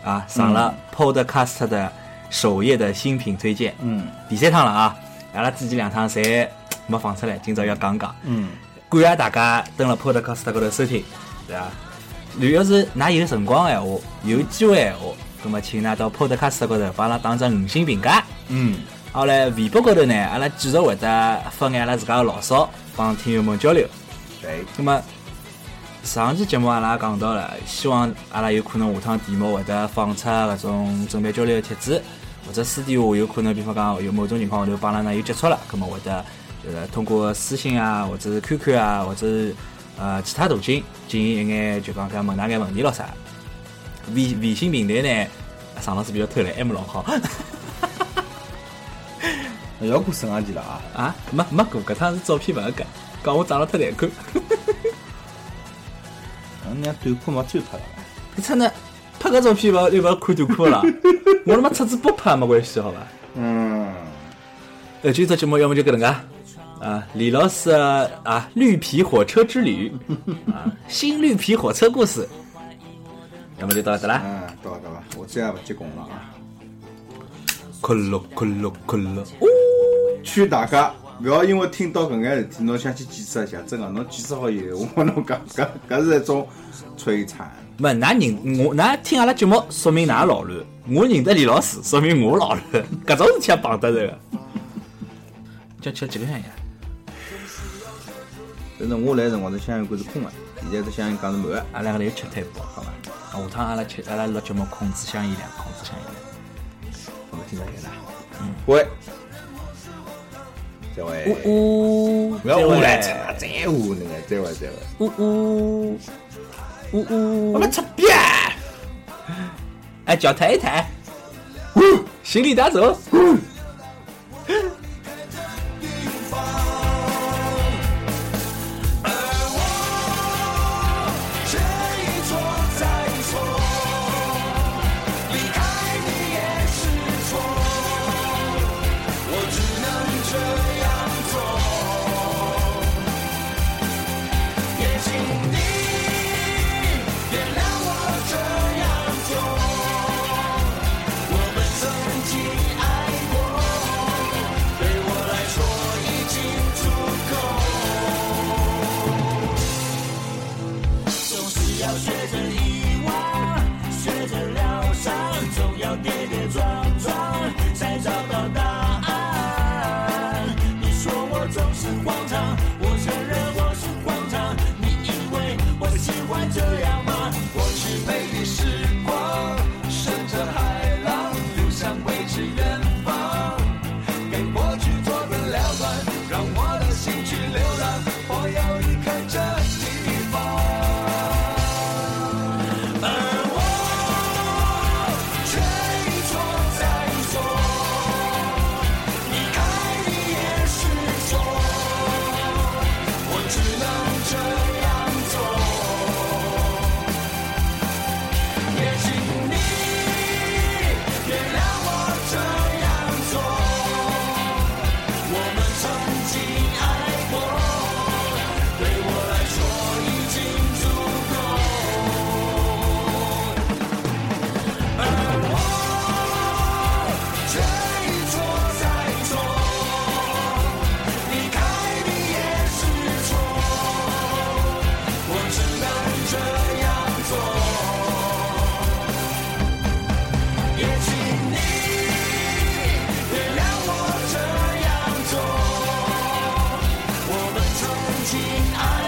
S2: 啊上了 Podcast 的首页的新品推荐，
S3: 嗯
S2: 第三趟了啊，阿拉之前两趟侪没放出来，今朝要讲讲。
S3: 嗯，
S2: 感谢大家登了 Podcast 高头收听，对伐？如要是㑚有辰光的闲话，有机会的闲话，葛么请㑚到 Podcast 高头帮阿拉打只五星评价。
S3: 嗯，
S2: 好嘞，微博高头呢，阿拉继续会得发眼阿拉自家的牢骚，帮听友们交流。
S3: 对，
S2: 那么上期节目阿拉也讲到了，希望阿拉有可能下趟题目会得放出搿种准备交流的帖子，或者私底下有可能，比方讲有某种情况下头帮阿拉呢有接触了，葛么会得就是通过私信啊，或者是 QQ 啊，或者是呃其他途径进行一眼就讲讲问㑚眼问题咯啥。微微信平台呢，上老师比较偷懒，还没弄好 *laughs*
S3: 那要过圣诞节了啊！
S2: 啊，没没过，搿趟是照片勿合格，讲我长了太难看。
S3: 俺娘短裤没穿脱了，
S2: 你出呢？拍个照片勿又勿看短裤 *laughs* 了？我他妈出子不拍也没关系，好伐？
S3: 嗯，
S2: 呃，今朝节目要么就搿能介啊，李老师的啊，绿皮火车之旅啊，新绿皮火车故事，要么就到这啦。
S3: 嗯，到对伐？我再也勿结棍了啊！
S2: 可乐可乐可乐，
S3: 劝大家勿要因为听到搿眼事体，侬想去检测一下，真个，侬检测好以后，我跟侬 *laughs* 讲，搿搿是一种摧残。
S2: 没，㑚认我，㑚听阿拉节目，说明㑚老卵；我认得李老师，说明我老卵。搿种事体也绑得 *laughs* 着个。叫吃几个香烟？
S3: 但是我来的辰光，这香烟罐是空的，现在这香烟缸是满的，
S2: 阿拉搿头又吃太饱，好伐？啊下趟阿拉吃，阿拉录节目控制香烟量，控制香烟量。
S3: 我们听到现在。嗯，喂，再会。
S2: 呜呜，
S3: 不要
S2: 回
S3: 我来，再我那个，再会再会。
S2: 呜呜呜
S3: 我
S2: 呜，
S3: 们吃瘪。
S2: 哎，脚抬一抬，行李打走。
S5: 你说我总是荒唐，我承认我是荒唐。你因为
S4: 情爱。